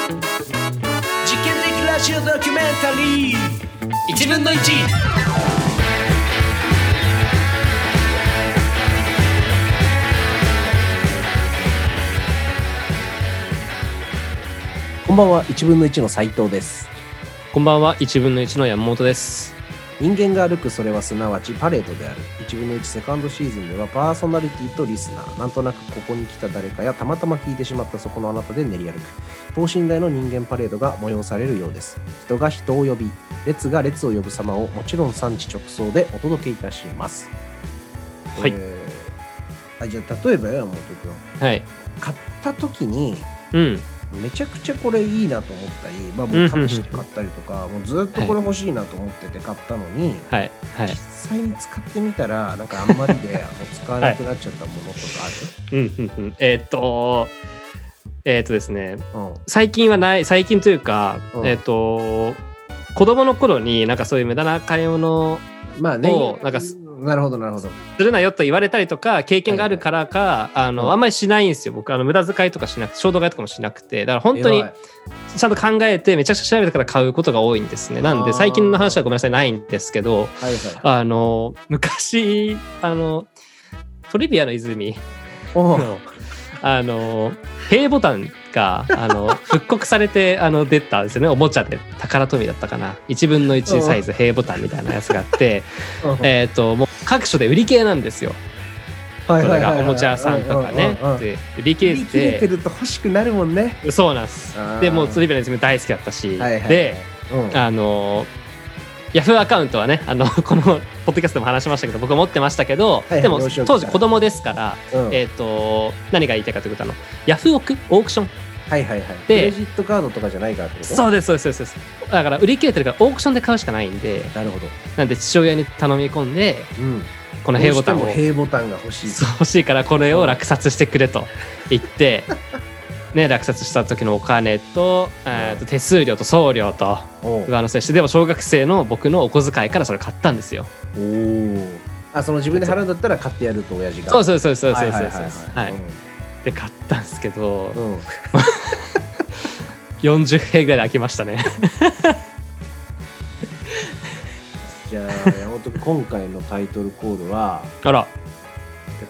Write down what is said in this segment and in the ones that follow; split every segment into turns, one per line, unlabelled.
実験的ラジオドキュメンタリー1分の1
こんばんは、1分の1の斉藤です。
こんばんは、一分の一の山本です。
人間が歩く、それはすなわちパレードである。1分の1セカンドシーズンでは、パーソナリティとリスナー、なんとなくここに来た誰かや、たまたま聞いてしまったそこのあなたで練り歩く、等身大の人間パレードが催されるようです。人が人を呼び、列が列を呼ぶ様を、もちろん産地直送でお届けいたします。
はい
えーあじゃあ、例えばよ、山本君。
はい。
買った時に、
うん。
めちゃくちゃこれいいなと思ったり、まあ、もう試して買ったりとか、もうずっとこれ欲しいなと思ってて買ったのに、
はい。はい
実。際に使ってみたらなんかあんまり でもう使わなくなっちゃったものとか
うん。うんうん。えーっと、えーっとですね、
ある、
最近はない、最近というか、
うん
えーっと、子供の頃になんかそういう無駄な買い物
うん、まあね
そうなんかす
なるほどなるほど
するなよと言われたりとか、経験があるからか、あ
うん
の、あんまりしないんですよ。僕、あの、無駄遣いとかしなくて、衝動買いとかもしなくて、だから本当に
偉い
ちゃんと考えて、めちゃくちゃ調べてから買うことが多いんですね。なん
あー
で、最近の話はごめんなさい、ないんですけど、
はいはい
あの、昔、あの、トリビアの 泉
おう
の、あの、P ボタンが、あの、復刻されて、あの、出たんですよね。おもちゃで、宝富だったかな。1分の1サイズ、P ボタンみたいなやつがあっ て、えっと、もう各所で売り切れなんですよ。
は
そ
いは
れ
い
が
はい
おもちゃ屋さんとかね
うんうんうんうん。
で、売り切
切
れ
り切れて
て
ると欲しくなるもんね
て、そうなんです
あー。
で、もうトリビアの泉大好きだったし、
はいはいはい
で、
うん
あのヤフーアカウントはねあの このポッドキャストでも話しましたけど僕持ってましたけど、
いはい
でも
幼少期から
当時子供ですから、
うん
えっと何が言いたいかというとあのヤフオクオークション
はいはいはいク
で
レジットカードとかじゃないからってこと
そうですそうですそうですだから売り切れてるからオークションで買うしかないんで
なるほど
なんで父親に頼み込んで
うん
この平ボタン
ど
を
うしても平ボタンが欲しい
そう欲しいからこれを落札してくれと言 って、ね、落札した時のお金と,、えーと手数料と送料と
おう
上乗せしてでも小学生の僕のお小遣いからそれ買ったんですよ。
おーあその自分で払うんだったら買ってやると親父が
そう
そ
そうそうそう
は
そ
いう
そ
は
う
い
そう
は
はいい
はい
で買ったんですけど
うんうん
40平ぐらいで開きましたね
じゃあ山本君今回のタイトルコールは
あら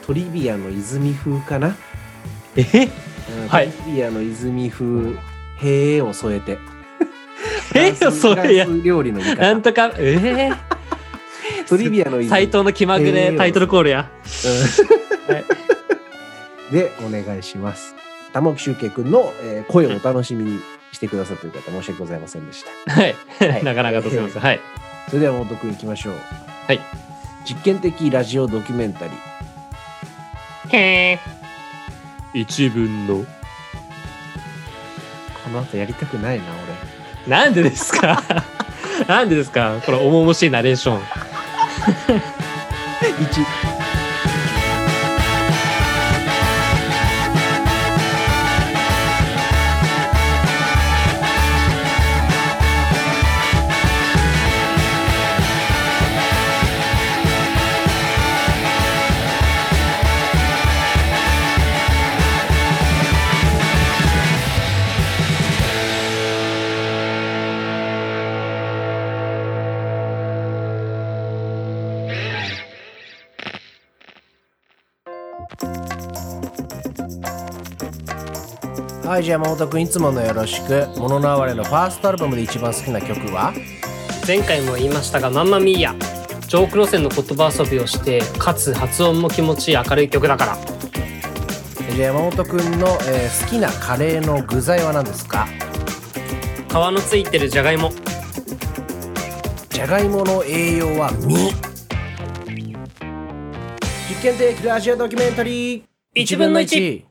トリビアの泉風かな、
え
うん
はい
トリビアの泉風「へえ」を添えて
え
フラン ス
それや
フランス料理の言い
な
方
んとかえ
トリビアの
え
泉
斎藤の気まぐ
え
れ
ー
タイトルコールや
うん
はい
でお願いします玉木周慶君の、えー声をお楽しみにしてくださっている方申し訳ございませんでした
はい
はい
なかなかとすいませんはい
それでは山本君いきましょうはい実験的ラジオドキュメンタリー
へ一分の
この後やりたくないな
なんでですか なんでですかこれ重々しいナレーション
俺1はいじゃあ山本君いつものよろしく「もののあわれ」のファーストアルバムで一番好きな曲は
前回も言いましたがマンマミーヤジョーク路線の言葉遊びをしてかつ発音も気持ちいい明るい曲だから
じゃあ山本君の、えー好きなカレーの具材は何ですか
皮のついてるじゃがいも
じゃがいもの栄養は実実験的ラジオドキュメンタリー
一分の一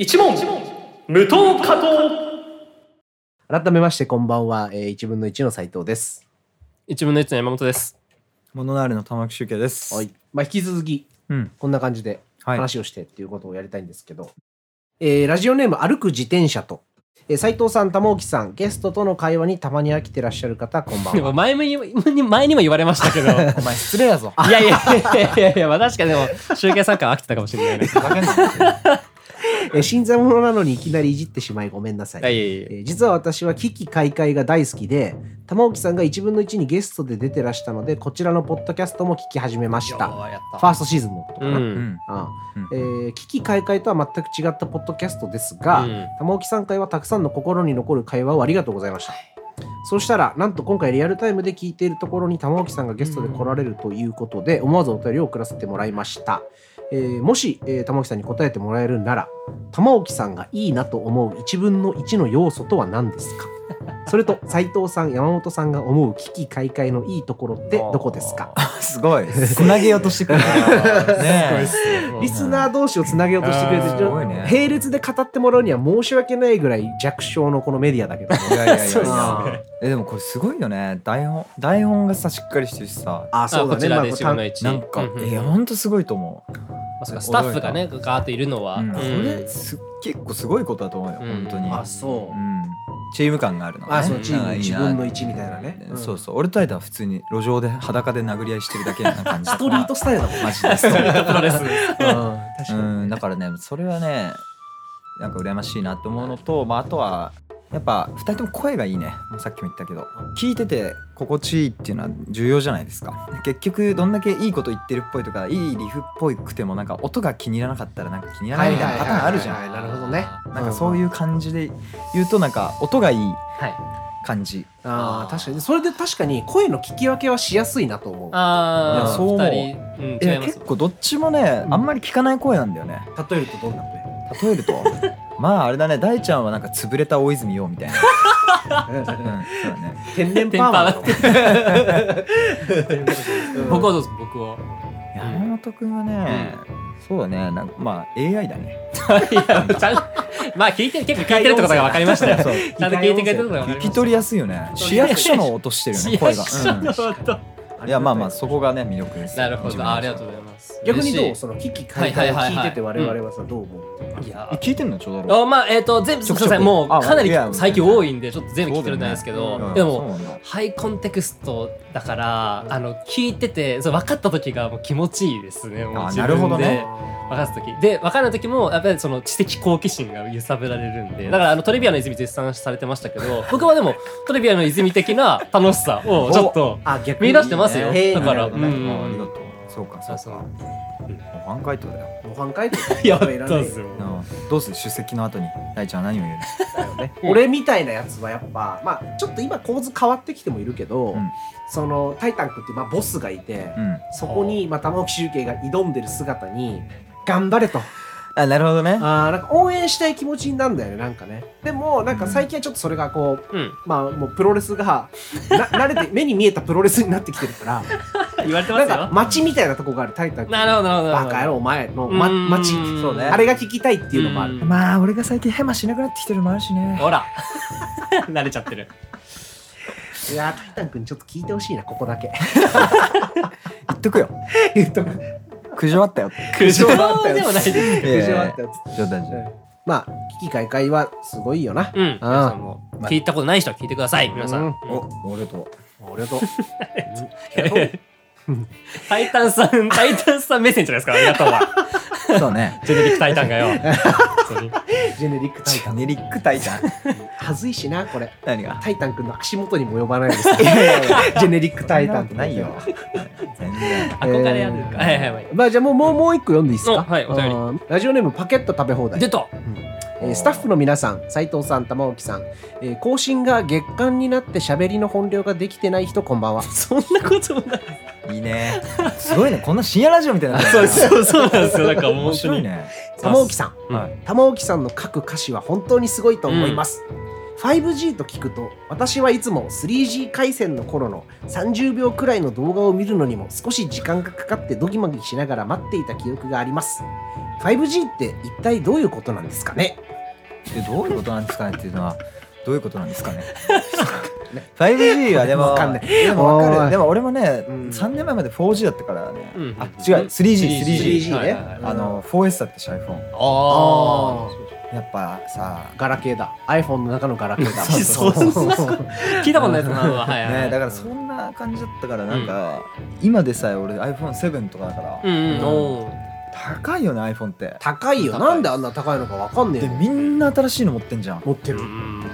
一問
無糖加糖
改めましてこんばんは、えー、1分の1の斉藤です。
一分の一の山本です。
モノナールの玉木周慶です。
はい。まあ、引き続き
うん。
こんな感じで
はい。
話をしてっていうことをやりたいんですけど、えーラジオネーム歩く自転車と、えー、斉藤さん玉置さんゲストとの会話にたまに飽きてらっしゃる方こんばん
でも
は
前もに前にも言われました けど。
お前 失礼やぞ。
いやいやいやいやいや、まあ、確かにでも集計参加は飽きてたかもしれ ないね。
バカにしてる
えー新参者なのにいきなりいじってしまいごめんなさい
いやいやいや
えー実は私は危機開会が大好きで玉置さんが1分の1にゲストで出てらしたのでこちらのポッドキャストも聞き始めましたフ
やった
ァーストシーズンのことか
う。
な、
うんん。
ああ
う
え
ん
ー危機開会とは全く違ったポッドキャストですが、
うん
玉置さん会はたくさんの心に残る会話をありがとうございましたそうしたらなんと今回リアルタイムで聞いているところに玉置さんがゲストで来られるということで思わずお便りを送らせてもらいました、えーもし、えー玉置さんに答えてもらえるなら玉置さんがいいなと思う1分の1の要素とは何です かそれと斉藤さん山本さんが思う危機開会のいいところってどこですか
すごい。つなげようとしてくるな。ね
リスナー同士をつなげようとしてくれて
あーすごいね
並列で語ってもらうには申し訳ないぐらい弱小のこのメディアだ けど
え。いやいやいやい
そう
や。
あ
えでもこれすごいよね。台本台本がさしっかりしてるしさ。
あーそう
こ
だ
ち
ね
ら
まあ
で一分の
こ
一。
なんか
うう
いや本当すごいと思う。
まあそうかスタッフがね、ガーッといるのは。
うんこ
うん
れす結構すごいことだと思うよ。
うん
本当に。
た
う。
あそうん
チーム感があるのね。
あそうチーム
なんかいい
1
な
分の1みたいなね
うんそう
ス
そう。俺とあいたは普通に路上で裸で殴り合いしてるだけな感じ。ス
トリートスタイルだもんね
マジでストリート
プロレス。
うん確かに
うんだからねそれはねなんか羨ましいなって思うのと、まあ、あとはやっぱ2人とも声がいいねさっきも言ったけど聞いてて心地いいっていうのは重要じゃないですか結局どんだけいいこと言ってるっぽいとかいいリフっぽくてもなんか音が気に入らなかったらなんか気に入らないみたいなパターンあるじゃん、
はいなるほどね
なんかそういう感じで言うとなんか音がいい
はい。
感じ、
あー確かにそれで確かに声の聞き分けはしやすいなと思う
あ
い
あ、
やそう思う
二人うん
い
違い
や
ます
結。構どっちもねあんまり聞かない声なんだよね
例えるとどんな声
例え るとまああれだね大ちゃんはなんか潰れた大泉洋み たいな、うん、そ うだね
天然パーマだと思ううん
僕はどうぞ、僕は。
山本君はね、そうだねなんかまあ AI だね
いや、ちゃんまあ聞いてる、結構聞いてるってことが分かりましたよ。
そう
ちゃんと聞いてくれてることが分かり
聞
ま
き
した。
取りやすいよね
そう
市役所の音してるよ ね声が、
よし
うんいやまあまあそこがね魅力です
なるほど、あありがとう
う
ございます。
逆にど
嬉
う
し
その危機開会を聞いてて
はいはいはい
我
はい
々はさどう思う
いいや
聞いてんのちょうど
あまあえっ、と全部すい
ち
ま
ょくちょく
せんもう
あ
かなり
いや
最近多いんでちょっと全部聞
そ
いうてる
だよ
ん
ね
ですけど、
うん
で
そう
も
なんだ
ハイコンテクストだからあの聞いててそう分かった時がもう気持ちいいですねもう
あ
自
なるほ
分
ど
で、
ね
分かった時で分かる時もやっぱりその知的好奇心が揺さぶられるんでだからあのトリビアの泉絶賛されてましたけ ど僕はでもトリビアの泉的な楽しさをちょっと
あ逆
見出してますよ
いいね
だから
へー
なるほど
うん
ねあありがとうそうかそう
そ
か
う
模範解答だよ、
模範解答
やったんですよ
うんどうする出席の後に大ちゃんは何を言う
うん
俺みたいなやつはやっぱまあちょっと今構図変わってきてもいるけど、
うん
そのタイタン君ってまあボスがいて、
の、うん、
そこにまあ玉置周慶が挑んでる姿に頑張れと
あなるほどね
あーなんか応援したい気持ちになるんだよねなんかねでもなんか最近はちょっとそれがこう
うん、
まあもうプロレスがな 慣れて目に見えたプロレスになってきて るから
言われてま
なん
すよ
か街みたいなとこがあるタイタン君
なるほどなるほどなるほ
バ
ど
カ野郎お前の、
う
ま、
ん
街
そうね
あれが聞きたいっていうのもある、
うん
まあ俺が最近ヘマしなくなってきてるのもあるしね
ほら 慣れちゃってる
いやータイタン君ちょっと聞いてほしいなここだけ
言っとくよ
言っとく
苦情あったよ
苦情
情はあったよ
でもないです
苦情あったやつ
冗談じゃない
まあ、危機開会はすごいよな。
うん皆さんも聞いたことない人は聞いてください皆さん、
うん
お俺と
ありがと う。
タイタンさんタイタンさん目線じゃないですかありがとうは
そ うね
ジェネリックタイタンがよ本当に
ジェネリックタイ
ジ
タ
ェ
ン。
ネリックタイタン
はずいしな、これ。
何が
タイタン君の足元にも及ばないです ジェネリックタイタンって
ないよ全然
憧れあるか、はいはいはい
まあじゃあもうもうもう一個読んでいいですか。
おはいお便り
り。ラジオネームパケット食べ放題。
出た
えースタッフの皆さん、斉藤さん、玉置さん、えー更新が月間になって喋りの本領ができてない人こんばん は。
そんなこともない
いいねすごいねこんな深夜ラジオみたいな
そうそうそうなんですよなんかもう
面
本当
白い
に、
ね
玉置さん、
うんはい
玉置さんの書く歌詞は本当にすごいと思います、5G と聞くと私はいつも 3G 回線の頃の30秒くらいの動画を見るのにも少し時間がかかってドギマギしながら待っていた記憶があります 5G って一体どういうことなんですかね
でどういうことなんですかねっていうのはどういうことなんですかね 5G はでも
わかんない
でもわか
おい
るでも俺もね、
うん
3年前まで 4G だったからね、
うん
あ違う 3G3G
はいはいはい
あの 4S だったし iPhone
あ
やっぱさ
ガラケーだ iPhone の中のガラケーだ
そうそうそう聞いたことないですなはいはい、
ね、だからそんな感じだったからなんか、今でさえ俺 iPhone7 とかだから、
うんうんお
高いよね iPhone って
高いよ
高い
なんであんな高いのかわかんねえ
で
よ
みんな新しいの持ってんじゃん
持って
ーう
る
ん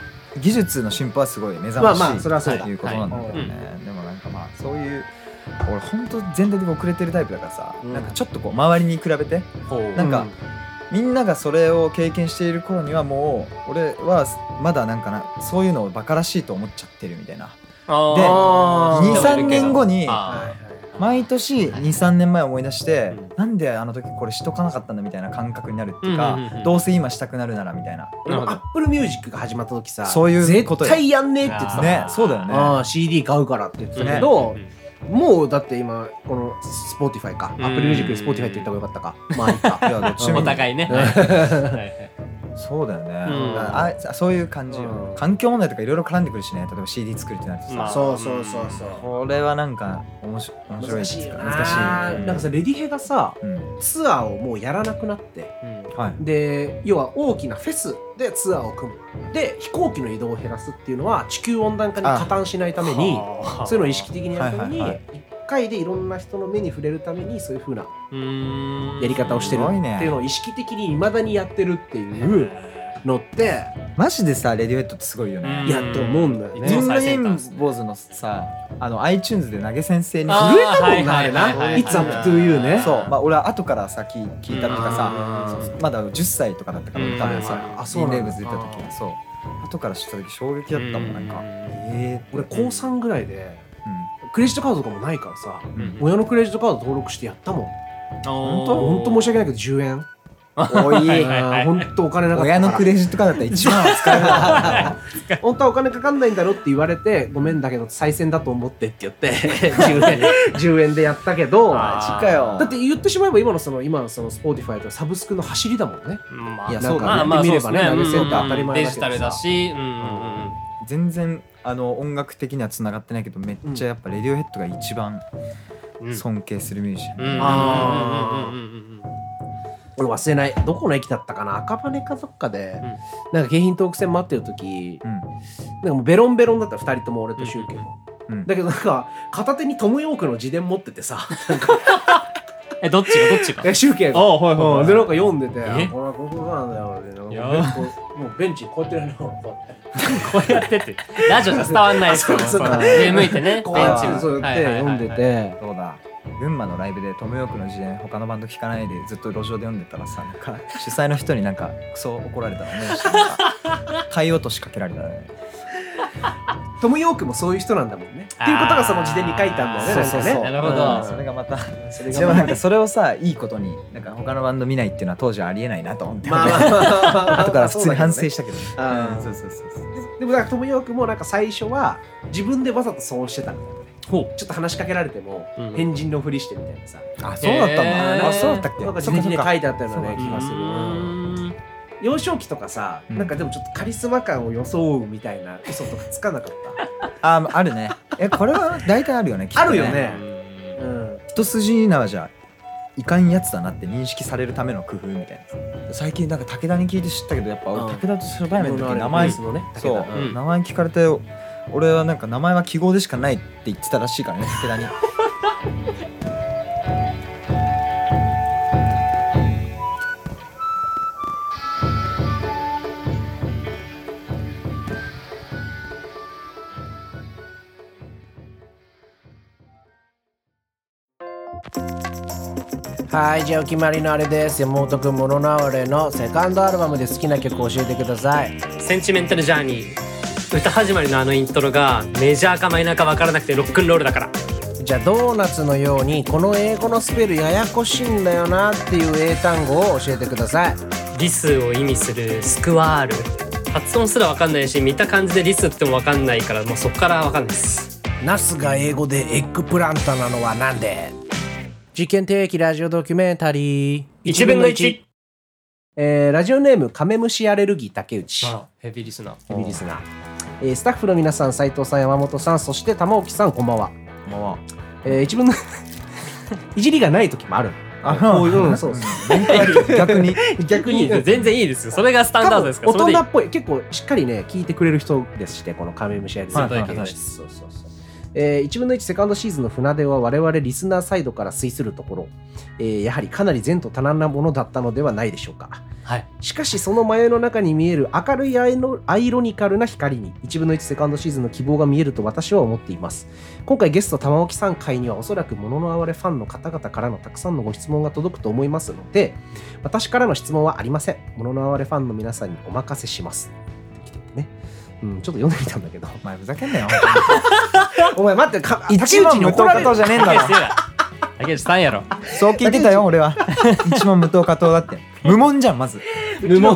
技術の進歩はすごい目覚ましい、
まあまあそれはそうだ
っていうことなんだけどね、
はい
でもなんかまあそういう俺ほんと全体的に遅れてるタイプだからさ、
うん
なんかちょっとこう周りに比べて
ほう
なんかみんながそれを経験している頃にはもう俺はまだなんかなそういうのをバカらしいと思っちゃってるみたいな
あ
あー
ー
23年後
はい
に
あ
毎年23年前思い出して
うん
なんであの時これしとかなかったんだみたいな感覚になるっていう
うんうんうんう
か
ん
どうせ今したくなるならみたいな
なるほど
アップルミュージックが始まった時さ
そういうこと
絶
よ
対やんねえって言ってたもん
ねそうだよね
ああ CD 買うからって言ってた
ー
けど、もうだって今この Spotify か Apple Music で Spotify って言った方がよかったかまあいい
いやどっち
か
も
お
いい
互いねはい
そうだよね、
ん
ああそういう感じ、
うん
環境問題とかいろいろ絡んでくるしね例えば CD 作るってなるとさ、
まあ
そうそうそうそ
これはなんか面白面
う
白い
難
です
しい
よ
よ
ね
な
難しいね
なんかさレディヘがさ
うん
ツアーをもうやらなくなって
うん
はい
で要は大きなフェスでツアーを組むで飛行機の移動を減らすっていうのは地球温暖化に加担しないためにそういうのを意識的にやるために
はいはい
1回でいろんな人の目に触れるためにそういうふうなや
や
り方をしてるっ
すご
て
いね
いうのを意識的にいまだにやってるっていうのって
マジでさレディオヘッドってすごいよね、
いやと思うんだよね
ニ
いつも
ンナ
最
イ
先
ン
端っすね
坊主のさあの iTunes で投げ先生に
あ
震えたもん
はい
なあ
はい
れ
はいはい
な
はい
It's up to you ね
そうまあ俺は後からさ聞い聞いたとか
う
さ
ん
そうまだ10歳とかだったから
うん
多分さ、
はいはいあ
あ
そうな
そう
んだ
インレイブズ出た時はそう後から知った時衝撃だったもんなんか、
えー、俺高3ぐらいで
う
クレジットカードとかもないからさ
んうん
親のクレジットカード登録してやったもん本当申し訳ないけど10円
多 い
はいはいはい
本当お金なかったから
親のクレジットカードだったら一番は使えるな
本当はお金かかんないんだろって言われてごめんだけど再選だと思ってって言って 10, 円10円でやったけど
あー
だ
マジかよ
って言ってしまえば今のその今のその Spotify とサブスクの走りだもんね
まあ
いや
なんか
そうだね
まあ
見ればね
そうっす
投げ銭って当たり前だけどさ
デジタルだし、うんうん
全然あの音楽的には繋がってないけどめっちゃやっぱレディオヘッドが一番
うんうん、
尊敬するミュージシャン、
うんうんうんうんうんうんうん
あ俺忘れないどこの駅だったかな赤羽かどっかで、
うん
なんか京浜東北線待ってる時
うん
なんかもうベロンベロンだった2人とも俺と宗教も、
うん
だけどなんか片手にトム・ヨークの自伝持っててさ
えどっちがどっちが
え宗教が
あはい
うん、でなんか読んでて「
え
あこれはここなんだよ」ってなん
い
か
や
もうベンチこうもうベンチこうやってやるのこうやって
こうやってってラジオじゃ伝わんないですよ
あそうかそうか
上向いてね
こう
ベ
や
ン
っ
チ
て
も
そうやって読んで
はいはいはい
て
そうだ群馬のライブでトム・ヨークの自伝他のバンド聞かないでずっと路上で読んでたらさなんか主催の人になんかクソ怒られたのね買い落としかけられたね
トム・ヨークもそういう人なんだもんねっていうことがその事前に書いたんだよね
あーそう
なんかね
そうそうなるほど
うんそれがまた
うんそれ
でも
が
なんかそれをさいいことになんか他のバンド見ないっていうのは当時はありえないなと思って、
まあま あまあまあまあ
後から普通に反省したけど、
あー
うんそうそうそうそう
でもなんかトム・ヨークもなんか最初は自分でわざとそうしてたみたいなね
ほう
ちょっと話しかけられても
うん
変人のふりしてみたいなさ
あそうだったんだ、
へー
あそうだったっけ
なんか自分で書いてあったような
そ
ね
う
気がする
う
うん
ーん
幼少期とかさ
うん
なんかでもちょっとカリスマ感を装うみたいな嘘とかつかなかっ
ああるねえこれは大体あるよねきっと
あるよねたうん
一筋縄じゃいかんやつだなって認識されるための工夫みたいな最近なんか武田に聞いて知ったけどやっぱ
うん
俺武田と初対面の時名
うん
前
ね
そう、
武田
うん
名前聞かれて俺はなんか名前は記号でしかないって言ってたらしいからね武田に
はいじゃあお決まりのあれです山本君モノナウレのセカンドアルバムで好きな曲を教えてください
センチメンタルジャーニー歌始まりのあのイントロがメジャーかマイナーか分からなくてロックンロールだから
じゃあドーナツのようにこの英語のスペルややこしいんだよなっていう英単語を教えてください
リスを意味するスクワール発音すら分かんないし見た感じでリスっても分かんないからもうそこから分かんないです
ナスが英語でエッグプランタなのはなんで実験定期ラジオドキュメンタリー
1分の1
えーラジオネームカメムシアレルギー竹内
あヘビーリスナー。
ヘビリスナー、えースタッフの皆さん斉藤さん山本さんそして玉置さんこんばんは、
まあま
えー一分の いじりがない時もある
あ
こういう
うん
うん そうそう
文句あり逆 に
逆
いい
に
です全然いいですよ。それがスタンダードですから。
多分
それでい
大
い
人っぽい結構しっかりね聞いてくれる人ですしてこのカメムシアレルギー
はい
竹
はい
内そうそうそうえー1分の1セカンドシーズンの船出は我々リスナーサイドから推するところ、えーやはりかなり前途多難なものだったのではないでしょうか
はい。
しかしその迷いの中に見える明るいアイロアイロニカルな光に1分の1セカンドシーズンの希望が見えると私は思っています今回ゲスト玉置さん会にはおそらく「もののあわれ」ファンの方々からのたくさんのご質問が届くと思いますので私からの質問はありません「もののあわれ」ファンの皆さんにお任せします来ててねうん、ちょっと読んでみたんだけど
お前ふざけんなよ
お前待ってか
一
竹内
番
に
無
怒
党
られ
加
る
党じゃねえんだ
竹内さん や
ろ
竹内さんやろ。
そう聞いてたよ 俺は一番無党加党だって無門じゃんまず
無 門。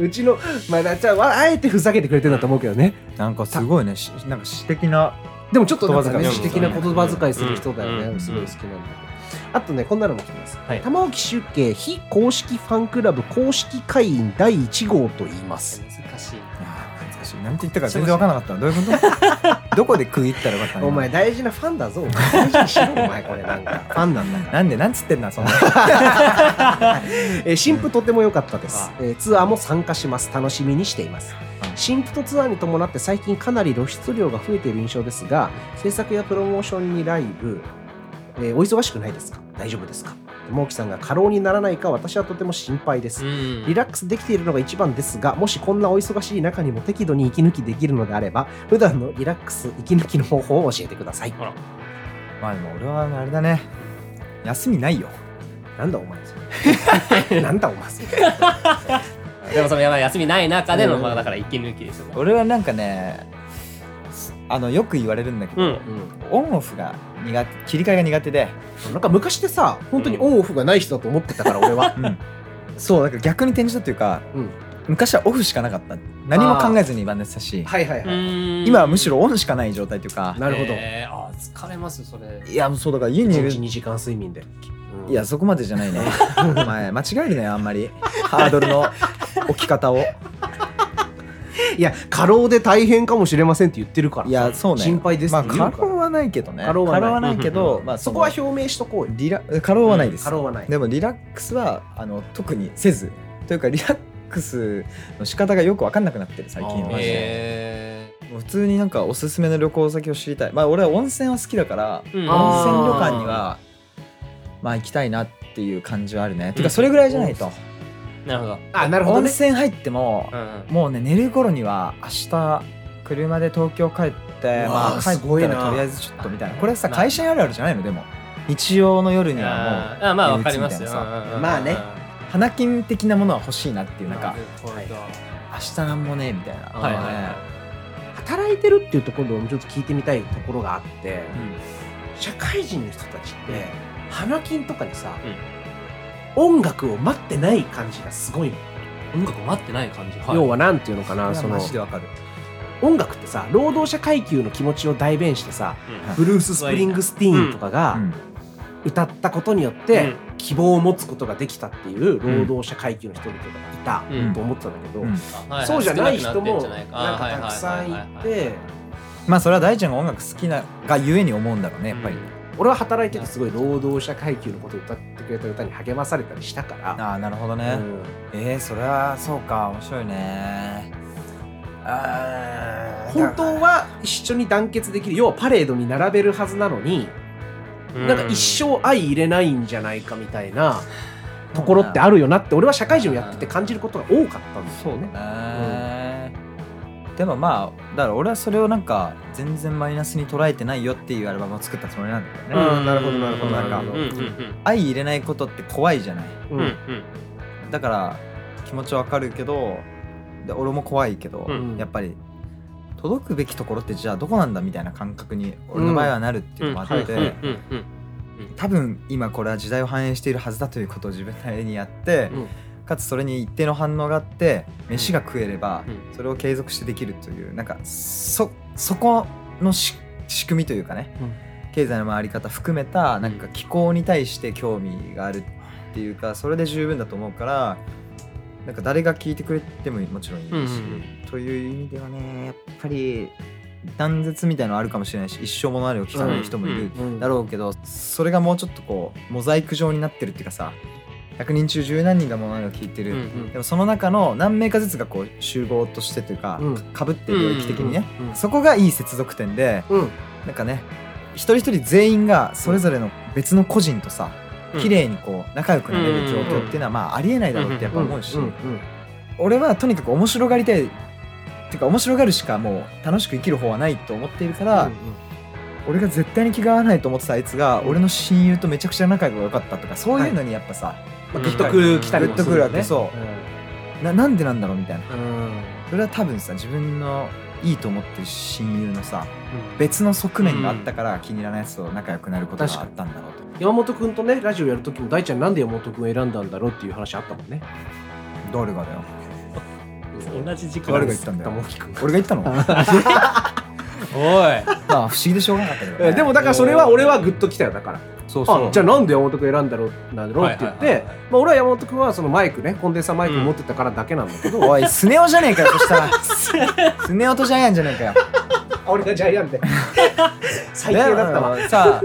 うちのまあだじゃああえてふざけてくれてるんだと思うけどね
なんかすごいねしなんか詩的な
でもちょっとなんかね、
言
私
葉遣い
的な言葉遣いする人だよ
うんう
ね。
ん
すごい好きなんだけど。あとね、こんなのも来てます。
はい
玉置周慶非公式ファンクラブ公式会員第1号と言います。
難しい。
いやー懐かしいなんて言ったか全然わからなかったどういうこと どこで食い入ったらよかったの
お前大事なファンだぞ。お前大事にしろ、お前これなんか。ファンなんだから。
なんでなんつってんだ そんな
えー新婦とても良かったです、えーツアーも参加します楽しみにしています新婦とツアーに伴って最近かなり露出量が増えている印象ですが制作やプロモーションにライブ、えーお忙しくないですか大丈夫ですかモーキさんが過労にならないか私はとても心配です
うん
リラックスできているのが一番ですが、もしこんなお忙しい中にも適度に息抜きできるのであれば、普段のリラックス、息抜きの方法を教えてください。
まあでも俺はあれだね休みないよ
なんだお前そ れ。なんだお前それ。
でもそのやばい休みない中で
う
の
ん
まあだから息抜きですよ。
俺はなんかねあのよく言われるんだけど、
うん。
う
オンオフが苦手切り替えが苦手で、
ん、なんか昔ってさ、本当にオンオフがない人だと思ってたから、俺 は。
うん、そうだから逆に転じたというか
うん。
昔はオフしかなかった何も考えずにバンドしたし
はいはいはい。
今はむし
ろ
ろオンしかない状態というか
なるほど。
えー、あー疲れますそれ。
いやそうだから家にい
1
る
日2時間睡眠で。うん
いや、そこまでじゃな いねお前間違えるねあんまりハードルの置き方を
いや、過労で大変かもしれませんって言ってるから。
いやそうね
心配です
ま
っ
あ
て言うから
過労はないけどね
過労はない
け
うんうん
ど
うん
まあ
そ
の
こは表明しとこうよ。
リラ過労はないです
過労はない。
でもリラックスはあの特にせずというかリラックスの仕方がよく分かんなくなってる最近
あー
マジで
え
もう普通になんかおすすめの旅行先を知りたいまあ俺は温泉は好きだから温
ー。うん
泉旅
あー
館にはまあ行きたいなっていう感じはあるねてかそれぐらいじゃないと
なるほど。
あ、なるほど
温
ね。
泉入っても
うんうん。
もうね寝る頃には明日車で東京帰って
うわー
まあ帰っ
すごい
た
な
らとりあえずちょっとみたいなこれさ会社にあるあるじゃないのでも日曜の夜には
あーあーまあ
憂
わ
鬱
かります
み
よ。
たいなさ
うんうんうん
まあね
もう花金的なものは欲しいなっていうなんか
るほど
はい
明日なんもねえみたいな
はいはいはい
働いてるっていうところをちょっと聞いてみたいところがあって、
うん
社会人の人たちって花金とかにさ、音楽を待ってない感じがすごいの、
音楽待ってない感じ。
要はなんていうのかな
そ
そ
れは
の
マジでわかる
音楽ってさ労働者階級の気持ちを代弁してさ
う
ブルース・スプリングスティーンとか
う
が
ん
歌ったことによっ
う
て
ん
希望を持つことができたっていう労働者階級の人々がいた
ん
と思ってたんだけど、
うん
は
そうじゃない人も
少
なん
く
か
って
たくさんい
んじゃないか
て
まあそれは大ちゃんが音楽好きながゆえに思うんだろうねやっぱり、
うん
俺は働いててすごい労働者階級のことを歌ってくれた歌に励まされたりしたから。
ああなるほど
う
ね、
ん
えー、それはそうか面白いねあー
本当は一緒に団結できる要はパレードに並べるはずなのに、
はいはいはい
なんか一生相入れないんじゃないかみたいなところってあるよなって俺は社会人をやってて感じることが多かったんですよね。
ねでもまあだから俺はそれをなんか全然マイナスに捉えてないよっていうアルバムを作ったつもりなんだよね、
うん
う
なるほどなるほど
なんか
うんうんうん
愛入れないことって怖いじゃない
うん
うんうん
だから気持ちわかるけどで俺も怖いけど、
うん
やっぱり届くべきところってじゃあどこなんだみたいな感覚に俺の場合はなるっていうのもあって、
うんうんうん
多分今これは時代を反映しているはずだということを自分なりにやって、
うん
かつそれに一定の反応があって飯が食えれば
う
それを継続してできるというなんかそそこのし仕組みというかね、
うん
経済の回り方含めたなんか気候に対して興味があるっていうかそれで十分だと思うからなんか誰が聞いてくれてももちろんいいし、
うんうん
という意味ではねやっぱり断絶みたいのはあるかもしれないし一生ものあれを聞かない人もいる
うん
だろうけど、それがもうちょっとこうモザイク状になってるっていうかさ100人中十何人がものあれを聞いてる、
うんうん
でもその中の何名かずつがこう集合としてというか、
うん
かぶってる領域的にね、
うんうんうん
そこがいい接続点で
うん
なんかね一人一人全員がそれぞれの別の個人とさ
うん
綺麗にこう仲良くなれる状況っていうのはまあありえないだろうってやっぱ思うし、俺はとにかく面白がりたいっていうか面白がるしかもう楽しく生きる方はないと思っているから、俺が絶対に気が合わないと思ってたあいつが俺の親友とめちゃくちゃ仲が良かったとかそういうのにやっぱさ、
まあ
グッとくる来たり
グ
も
ッ
す
と
る
くる
よ
わ
ね
けそ
うん
うななんでなんだろうみたいな
うんうん
それは多分さ自分のいいと思ってる親友のさ別の側面があったから気に入らないやつと仲良くなることがあったんだろうと、
山本君とねラジオやる時も大ちゃんなんで山本君選んだんだろうっていう話あったもんね
誰がだよ
同じ時
誰が言ったんだよ
玉置君
俺が言ったのま
お
あ不思議でしょうがなかったけどね、
いでもだからそれは俺はグッときたよだから
そうそう
あじゃあなんで山本君選んだろうなんだろうって言って、
はいはい
まあ、俺は山本君はそのマイクねコンデンサーマイク持ってたからだけなんだけど、
おいスネ夫じゃねえかよそしたらスネ夫とジャイアンじゃねえかよ
俺がジャイアン で最低だったわ
でさ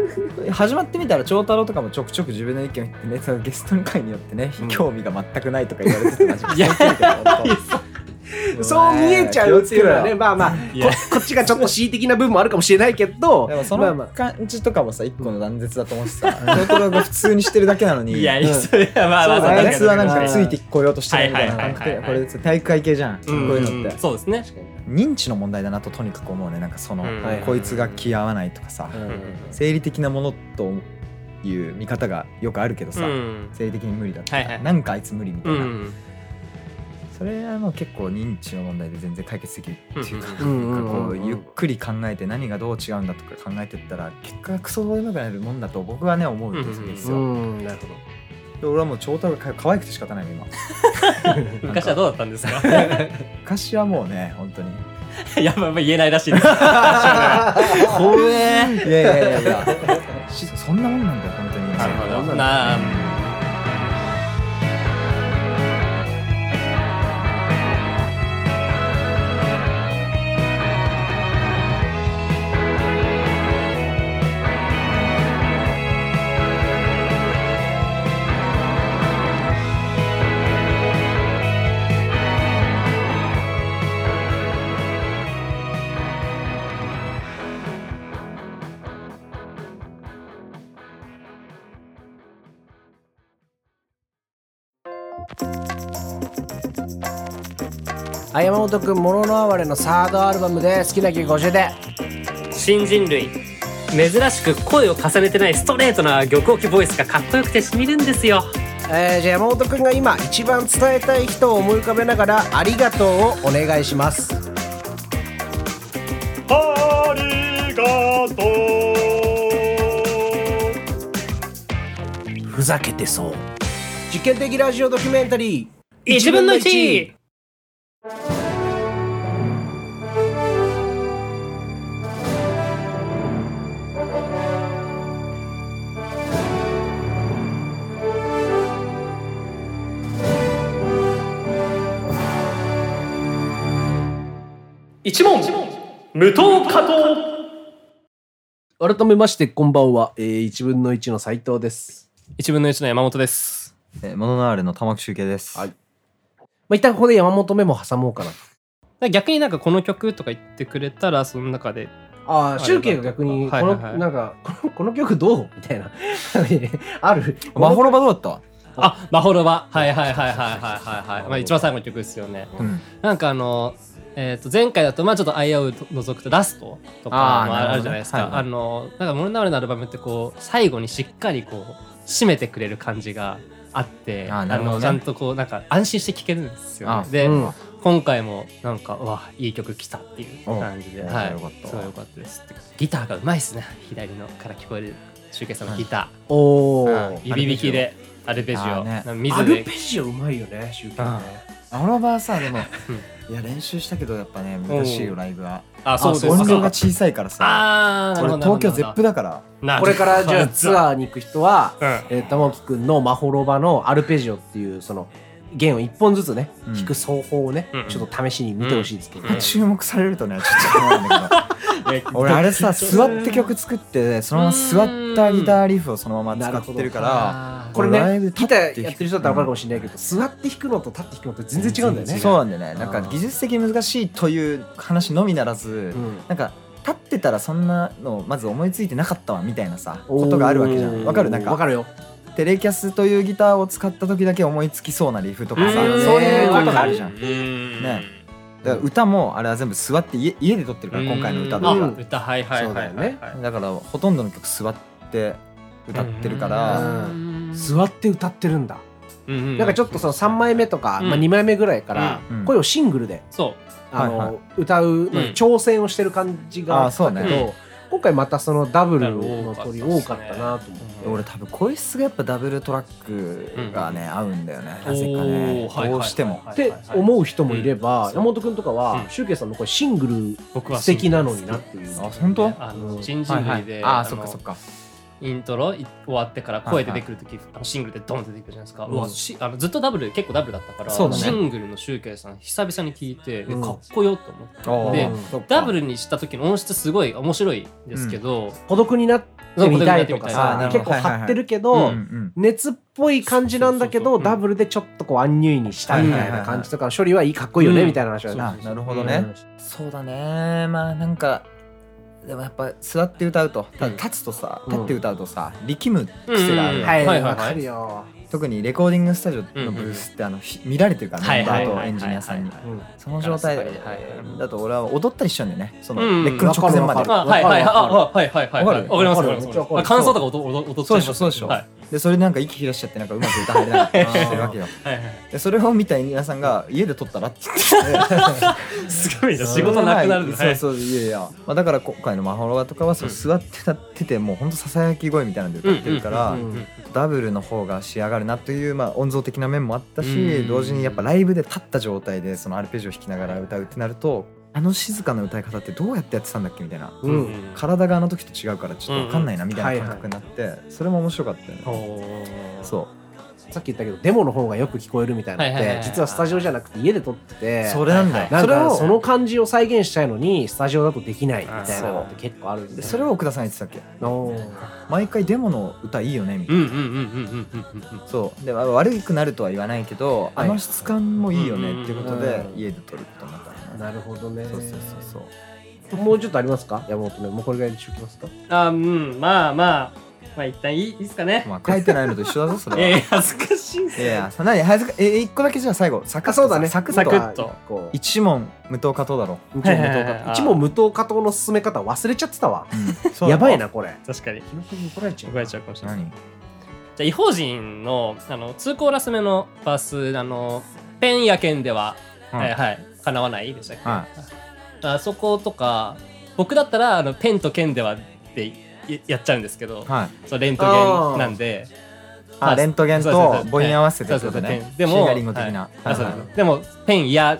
あ始まってみたら長太郎とかもちょくちょく自分の意見を言ってねそのゲストの会によってね、
うん
興味が全くないとか言われててマジで
いや
最低だよ本当
そう見えちゃうっていうのはね
気をつけろよ
まあまあこ
いや
こっ ちがちょっと恣意的な部分もあるかもしれないけど
でもそ
まあ
の
まあ
感じとかもさ一個の断絶だと思ってさ長太郎が普通にしてるだけなのに
いや、それはまあまあ、
そうだね
あいつはなん
う
か
ん
ついてこようとしてるみたいな感じ
はいは
で
い
こ
はいはい
れ体育会系じゃんこう
うん
いうのって
そうですね。
認知の問題だなととにかく思うねなんかその
うん
こいつが気合わないとかさ
うん
生理的なものという見方がよくあるけど
う
さ
ん。
生理的に無理だったら
はいはい
なんかあいつ無理みた
う。
いなんそれはもう結構認知の問題で全然解決できるっていうか
う
なん
うん
んかこ
うんう
うんゆっくり考えて何がどう違うんだとか考えてったら結果クソどうでもよくなるもんだと僕はね思うんです
う
よ
んなるほど
で俺はもう超太郎が可愛くて仕方ないの今
昔はどうだったんですか
昔はもうね本当に
いや、まあまあ言えないらしいです。
怖えいやいやいやい やしそんなもんなんだよ本当に
なるほど。なあ。
はい山本君「もののあわれ」のサードアルバムで好きな曲教えて
新人類。珍しく声を重ねてないストレートな玉置ボイスがかっこよくてしみるんですよ。
えー、じゃあ山本君が今一番伝えたい人を思い浮かべながら「ありがとう」をお願いします
ありがとう
ふざけてそう実験的ラジオドキュメンタリー
1分の 1!
一問無党加藤
改めましてこんばんは、えー、1分の1の斉藤です、
1分の1の山本です。
えモノナールの玉木集計です、
はいまあ、一旦ここで山本メモ挟もうかな
逆になんかこの曲とか言ってくれたら、その中で。
ああ
あ
集計が逆にこ
はい
の、
はいはい
なんかこのこの曲どうみたいな ある
マホロバどうだった
あ、マホロバ。はいはいはいはいはいはいはい。まあ一番最後の曲ですよね。
うん
なんかあの、えー、と前回だとまあちょっと「あいあう」除くと「ラスト」とか
あー
も
な
あ
るほどね
るじゃないですか。
はいはい
あのなんかモルナールのアルバムってこう最後にしっかりこう締めてくれる感じがあって
あーなるほどね
のちゃんとこうなんか安心して聴けるんですよ、
あ
ね。で、
うん
今回もなんかうわいい曲来たっていう感じで、
おう
はい、
よかった
すごいよかったです。ギターがうまいですね左のから聞こえるシュウケイさんのギター、
おー
うん指弾きでアルペジ
あー
オ、
ね
なんか
ア
水
ル
で
ペジオうまいよね集計ね
うん
アロバはさでも、いや練習したけどやっぱね難しいよライブは
あ、そうです
音量が
か。
小さいからさ
あー、なる
俺
ほど。
東京ゼップだから
なるほど
これ からじゃあツアーに行く人は、
うん
えー、玉置くんの「まほろば」のアルペジオっていうその弦を一本ずつね、
うん
弾く奏法をね、
うん
ちょっと試しに見てほしいですけどね、
うん
注目されるとねちょっと困るんだけ ど 俺あれさ座って曲作ってそのまま座ったギターリフをそのまま使ってるから
あー
これ
ライブ
ね
で立
ギ
っ
タ
て
ーやってる人だったら分かるかもしれないけど、座って弾くのと立って弾くのって全然違うんだよね。
そうなんだよね
あ
な
ー
んか技術的に難しいという話のみならず
うん
なんか立ってたらそんなのまず思いついてなかったわみたいなさ
おー
ことがあるわけじゃんわかるなん
わか
か
るよ。
テレキャスというギターを使った時だけ思いつきそうなリフとかさそう
うん
いうことがあるじゃん
うーん
ねだから歌もあれは全部座って家家で撮ってるから今回の歌と
う
か
んあ歌はいはいはいはいはい
だからほとんどの曲座って歌ってるから
うん
座って歌ってるんだ。
うん
なんかちょっとその3枚目とか、
うん
まあ、2枚目ぐらいから
うん
声をシングルで、
そ
あの
はいは
歌うのに
うん
挑戦をしてる感じがあ
あ
っ
そ
た
う
け
ね
ど、今回またそのダブルの
ダブ
取り
ル
多
多
か
かっ
っ
たた
な
ですね
と思って、
俺多分こいつがやっぱダブルトラックがね合うんだよねなぜか
お
ね
ーはいはいはいはい
どうしても
って思う人もいれば、
うん
山本君とかは、
うん
シュウケイさんの声シング
う僕
ル
は
素敵なのになっていう。
あ本当
あ
う
の
ん
新人類で、
あ
あ
あそっかそっ
の
か
イントロい終わってから声出てくるとき、あのシングルでドンって出てくるじゃないですか、
う
うんわしあのずっとダブル結構ダブルだったから、
そうだね
シングルのシュウケイさん久々に聞いて、え
うん
かっこよと思って
あ
で
ーそっか
ダブルにした時の音質すごい面白いんですけど、
孤独になってみたいとか
あーな
さ
るほ
結
ど
構張ってるけど、
はいは
う
い
んうん
熱っぽい感じなんだけど、
そうそうそうそううん
ダブルでちょっとこうアンニュイにしたみたいな感じとか、処理はいいかっこいいよね、
うん
みたいな話はね、
あなるほど
う
ね
ん
そうだねまあなんかでもやっぱ座って歌うとた
うん
立つとさ
うん
立って歌うとさ力む癖があ
うん
る
はい、わ、
はいはいはい
かるよ。
特にレコーディングスタジオのブースってあのひ見られてるから
は
メ
い
ンバ
はい
ー
は
と
い
エンジニアさんに
はい
うん
その状態
ガラス張りではい
だと俺は踊ったりしちゃうんだよねその
うん
レックの直前ま
わ
で
かるわかる
はいはいはいはいはいはい
わ
は
か
いわ
る
かりますわか
わかる
ります
わかる
あ感想とか踊踊踊っちゃいます
そうでしょそうでしょ
はい
でそれでなんか息切らしちゃってなんかうまく歌入れなかったりしてるわけよ
はいはい
でそれを見たエンジニアさんが家で撮ったらって
すごい
言
な
って
仕事なくなるんで
んですす
ね
そうそういやいやまあだから今回の「マホロワ」とかはそう
うん
座って立っててもうほんとささやき声みたいなんで歌ってるから
うんうんうんうん
ダブルの方が仕上がるなというまあ音像的な面もあった
う
し
ん
同時にやっぱライブで立った状態でそのアルペジオ弾きながら歌うってなるとあの静かな歌い方ってどうやってやってたんだっけみたいな
うん
体があの時と違うからちょっと分かんないなみたいな感覚になってそれも面白かったよね
そう
そ
さっき言ったけどデモの方がよく聞こえるみたいなのっ
はいはい
て
はい
実はスタジオじゃなくて家で撮って
う
て
それなんだよ
なん
それ
かそ
を
の感じを再現したいのにスタジオだとできないみたいなの
あ
っ
そ
て結構あるんで
ですそれを奥田さん言ってたっけ毎回デモの歌いいよねみた
う
い
ん
な
うんうんうんうんうんうんうん
そうでまあ悪くなるとは言わないけど、あの質感もいいよねっていうことで
うん
家で撮ることになったのね、
なるほどね
そうそうそう
もうちょっとありますか山本ねもうこれぐらいにしときますか
あうんまあまあまあ一旦いいいいっすか
そう
ね
まあ書いてないのと一緒だぞそ
いやい
れ
や
は
恥ずかしいっす
いやいやそんなに恥ずかえ一個だけじゃあ最後サクッとさサクッ
サ
と
クッと
こう
一問無答加答だろ、
一問無
はい
答
はいはい
一問無答加答の進め方忘れちゃってたわ
そうだ
やばいなこれ
確かに
記憶に怒られちゃう
怒られちゃうかもしれない
何
じゃあ、異邦人の、あの、通行ラス目のバス、あの、ペンや剣では、
うん
はいはい、叶わないでしたっけ、
は
あそことか、僕だったら、あの、ペンと剣ではっていやっちゃうんですけど、
はい
そうレントゲンなんで、ま
あレントゲン
そうそう
と
そう
母音合わせてってこと
そうそうそ
ね
うでも
シンガリング的な、
あそう
はいはい
ですでも、ペン嫌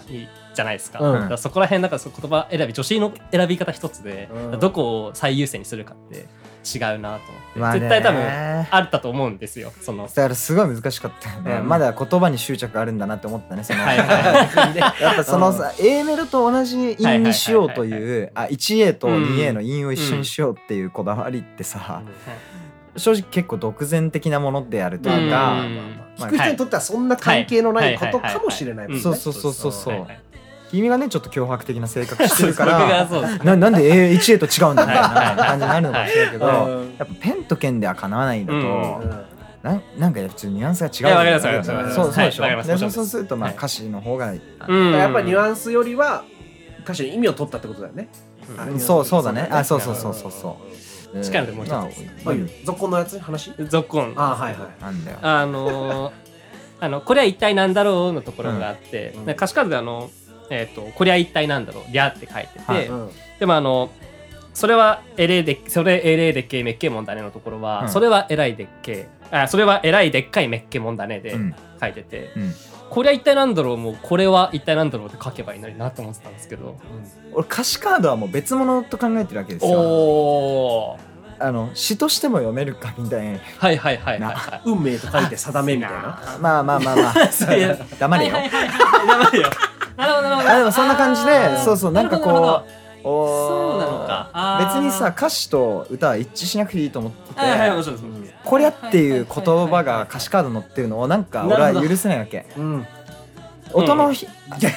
じゃないですか。
う
だ
ん
からそこら辺、なんかその言葉選び、女子の選び方一つで、
うん
どこを最優先にするかって違うなと思って、
まあね
絶対多分、あったと思うんですよ、その。
だからすごい難しかったよね、
うん
まだ言葉に執着あるんだなって思ったねその、
はいはい
やっぱそのさ、A メロと同じ韻にしようというあ 1A と 2A の韻を一緒にしようっていうこだわりってさ、正直結構独善的なものであるとい
まあ
うか
まあ、
うん
まあ聞く人にとってはそんな関係のないことかもしれないもんね
そうそうそうそうそう、
はいはい
君がねちょっと脅迫的な性格して
そう
る
そ
か
う僕が
ら
そうです
ななんで A- 1A と違うんだみたいな感じになるのかもしれないけど、
はいは
うん
やっぱペンと剣ではかなわないのと、
うん
なんなんかやっぱちょっとニュアンスが違う
いやわかりますわかります
わかります
そうそうでしょ、
はいわかります
で
わかります
そうするとまあ
はい
歌詞の方が、
うん
やっぱニュアンスよりは歌詞の意味を取ったってことだよね。
うん
あ
うんそうそうだねあそう
そう
そうそうそうん
力でもう一つ
まあ
まあいいよ続行のやつ話
ゾッコン
あはいはい。
なんだよ
あのーあのこれは一体なんだろうのところがあって、
うん
で歌詞カードであのえっ、とこれは一体なんだろうりゃって書いてて、
はい
うん
でもあのそれはエレでそれエレでっけえめっけえもんだねのところは、
うん
それは偉いでっけえあそれは偉いでっかいメッケモンだねで
うん
書いてて、
うん
これは一体なんだろうもうこれは一体なんだろうって書けばいいのになと思ってたんですけど、
俺歌詞カードはもう別物と考えてるわけですよ
おお
あの詩としても読めるかみたいな
はいはいはいはいはい
運命と書いて定めみたいな。
まあまあまあ まあ
そういう
黙れよ
はいはいはい黙れよなるほどなるほど
あでもそんな感じでそうそうなんか
なるほどな
こ
る
うお
そう
ー
なのかあー
別にさ歌詞と歌は一致しなくていいと思ってて、
ほどはいはい面白いです面白いです
こりゃっていう言葉が歌詞カードに載ってるのをなんか俺は許せないわけ
うん。
音のひ、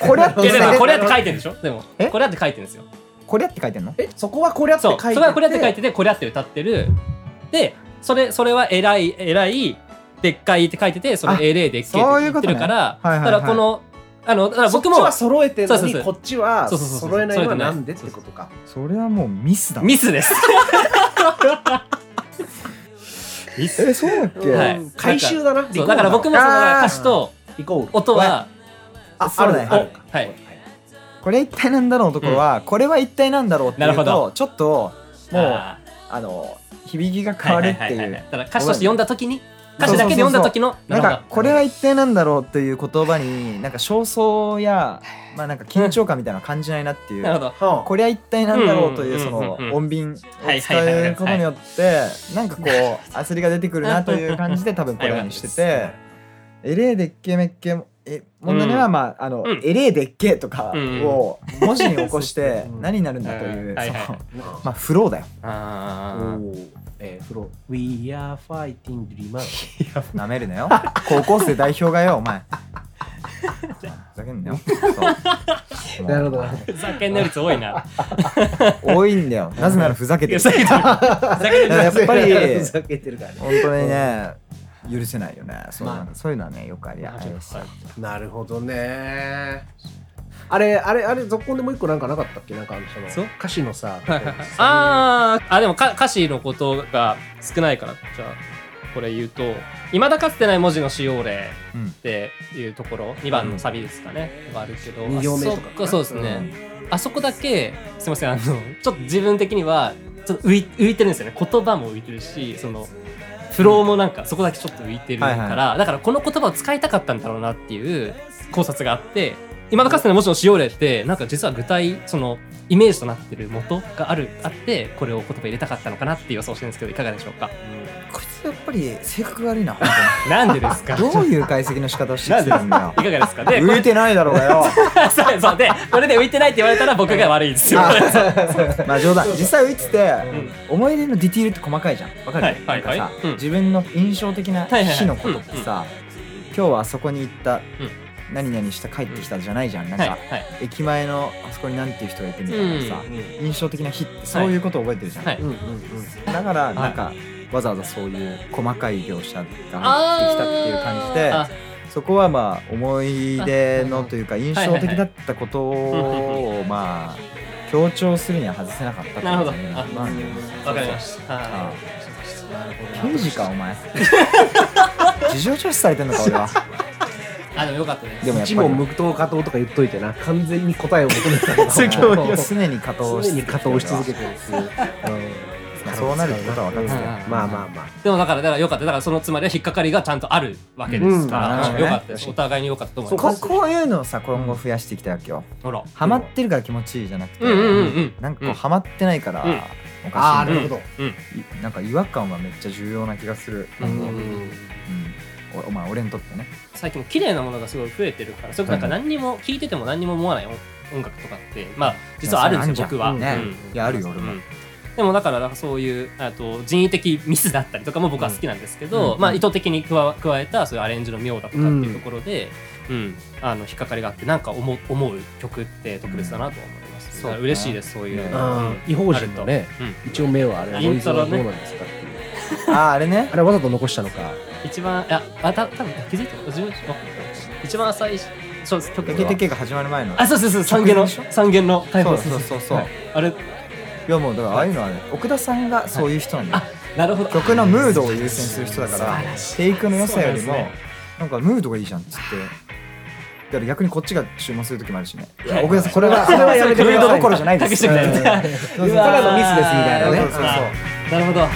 こりゃっ
い
て
やで
さ
もこれやって書いてるでしょでも
え
これやって書いてるんですよ
こりゃって書いてんの
え、そこはこれやって書
そ
いうてて
それはこれやって書いててこれやって歌ってるでそれそれは偉い偉いでっかいって書いててそ
あ
れ偉いでっけえって言ってるから
そういうことねはいはいはい
だからこのあのだから僕
そっち
も
は揃えてるの
そう
に
そうそう
こっちは
そうそうそうそう
揃えないのはなんでってことか。
それはもうミスだ
ミス です
ミスえそうだっけ、
はい
うん回収だな。
そうだから僕もその歌詞と
イコール
音は
あ
あるね。
そ
あ
うだね
るか
はい。
これ一体なんだろうのところは、これは一体なんだろうっていう
なるほ
とちょっともうあ
あ
の響きが
ー
変わるって
はいはいはいいは
う
だから歌詞として読んだ時に歌詞だけで読んだ時の
なん
る
か
ほど
これは一体なんだろうという言葉になんか焦燥やまあなんか緊張感みたいなの感じないなってい う、
なるほど
はあ
これは一体なんだろうという
うん
その
うん
穏便を
はい
使
はいはいは
う
い
ことによってなんかこう焦りが出てくるなという感じで多分これにしてて「エレーでっけえめっけも」え問題はまああの
うん
「エレーでっけえ」とか
うん
を文字に起こして
うん
何になるんだといううん
はいはい
その
ま
まあフローだよ
あ
あ
おーえー、フロ We are fighting dreamers
なめるなよ高校生代表がよお前ふざ けんなよ そう
なるほど
ーふざけんな率多いな
多いんだよなぜな らふざけて
ふ
る
ざけんな
やっぱ り
ふざけてるからね
本当にね許せないよねそう,、
まあ
そういうのはねよくありあります
なるほどねあれあれあれ続行でもう一個なんかなかったっけなんかあのその
そう
歌詞のさ
あーあでもか歌詞のことが少ないからじゃあこれ言うと「いまだかつてない文字の使用例」
うん
っていうところ2番のサビですかね、があるけど
二行目とかか
あ
な
そこそうですね、あそこだけすいませんあのちょっと自分的にはちょっと浮い浮いてるんですよね言葉も浮いてるしそのフローもなんかそこだけちょっと浮いてるから、
はい
だからこの言葉を使いたかったんだろうなっていう考察があって今のかつての文字の使用例ってなんか実は具体そのイメージとなってる元があるあってこれを言葉入れたかったのかなっていう予想をしてるんですけどいかがでしょうか
こいつやっぱり性格悪いな本
なんでですかい
当 にどういう解析の仕方をしてきてるんだよ
かがですかでこ
浮い
れ
てないだろうがよ
そうそうでこれで浮いてないって言われたら僕が悪いですよ
あ
は
まあ冗談実際浮いてて、思い出のディティールって細かいじゃんわかる、
はいはいはい
なんか
う
さ、
ん
自分の印象的な
はいはいはい
日のことってさ、今日はあそこに行った、何々した帰ってきたじゃないじゃんなん
い
か、
はい
駅前のあそこになんていう人がいてみたいなさ、印象的な日ってそういうことを覚えてるじゃん、
はい
うんうんうん
だからなんか、わざわざそういう細かい描写が入ってきたっていう感じ
あーあ
でそこはまあ思い出のというか印象的だったことをまあ強調するには外せなかった
なるほど
っていう
あ
まあ
わかりましたはい
あ刑事か お前事情聴取されてんのか俺は
あ、でもよかったです。
でもやっ
一
ぱ
問
り
無答加答とか言っといてな完全に答えを求めてたけど
常に加藤を
常に加
藤
藤し続けてるっていう
まあそうなることは分かってたよ
うんまあまあまあ
でもだから、だからよかった。だからそのつまりは引っかかりがちゃんとあるわけですか
うんな
ら、
るほどね
よかったです。お互いによかったと思い
こ
ます。
こういうのをさ今後増やしていきたいわけよ
ほら。
ハマってるから気持ちいいじゃなくて、
うんうんうんうん
なんか
う
こうんハマってないから、
うん
お
ああ
か
ーな
しいな,
る
い、
ほど
うん。
なんか違和感はめっちゃ重要な気がする、
う
うん
ん
おまあ俺にとってね
最近綺麗なものがすごい増えてるから、それこそなんか何にも聞いてても何にも思わない音音楽とかって、まあ実はあるんですよ、
い
僕
やそれあ
は。
んじゃん
うん
ね、いやあるよ俺も、
うんでもだからなんかそういうあと人為的ミスだったりとかも僕は好きなんですけど、
うん
まあ、意図的に加わ加えたそういうアレンジの妙だとかっていうところで、うんあの引っかかりがあってなんか思う思う曲って特別だなと思います、
うん
だから嬉しいですそういう、
ね
あー
うん
違法人のね
あるとうん
一応目はあれは
イントロね
どうなんですかっていう
あああれね
あれわざと残したのか
一番いやあた多分気づいてる自分あ一番最初そうです曲
テ
は
ケテケが始まる前の
あそうそうそう三弦の三弦のタイプ
そ
の
うそうそうそう、い、
あれ
やもうだからああいうのはね奥田さんがそういう人なんだよ、
なるほど
曲のムードを優先する人だから
素晴らしい
テイクの良さより
そう
も、
なんですね
なんかムードがいいじゃんっつってだから逆にこっちが注文する時もあるしねい
は
や
い
奥田さんこれは
それはやめて
ム
くだ
ー
さい
ドどころじゃないで
隠し
す
てくれ
うん
た
そうそうそう
うわーただのミスですみたいなね
そうそうそう
なるほど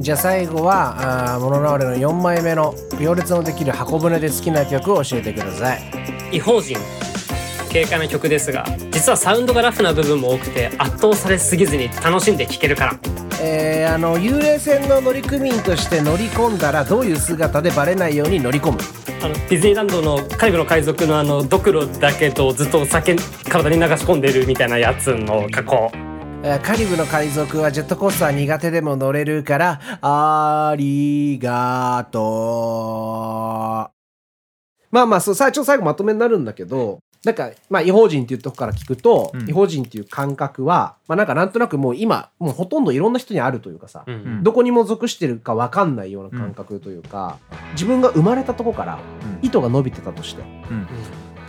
じゃあ最後はあーモノラオレの4枚目の行列のできる箱舟で好きな曲を教えてください
異邦人軽快な曲ですが実はサウンドがラフな部分も多くて圧倒されすぎずに楽しんで聴けるから
えー、あの幽霊船の乗組員として乗り込んだらどういう姿でバレないように乗り込む
あのディズニーランドのカリブの海賊のあのドクロだけどずっとお酒体に流し込んでるみたいなやつの加工
えーカリブの海賊はジェットコースター苦手でも乗れるから、ありがとう。まあまあ、そう、さあ、ちょっと最後まとめになるんだけど、なんか、まあ、違法人っていうとこから聞くと、
うん
違法人っていう感覚は、まあなんかなんとなくもう今、もうほとんどいろんな人にあるというかさ、
うん
ん
どこにも属してるか分かんないような感覚というか、自分が生まれたとこから
うん
糸が伸びてたとして、
うん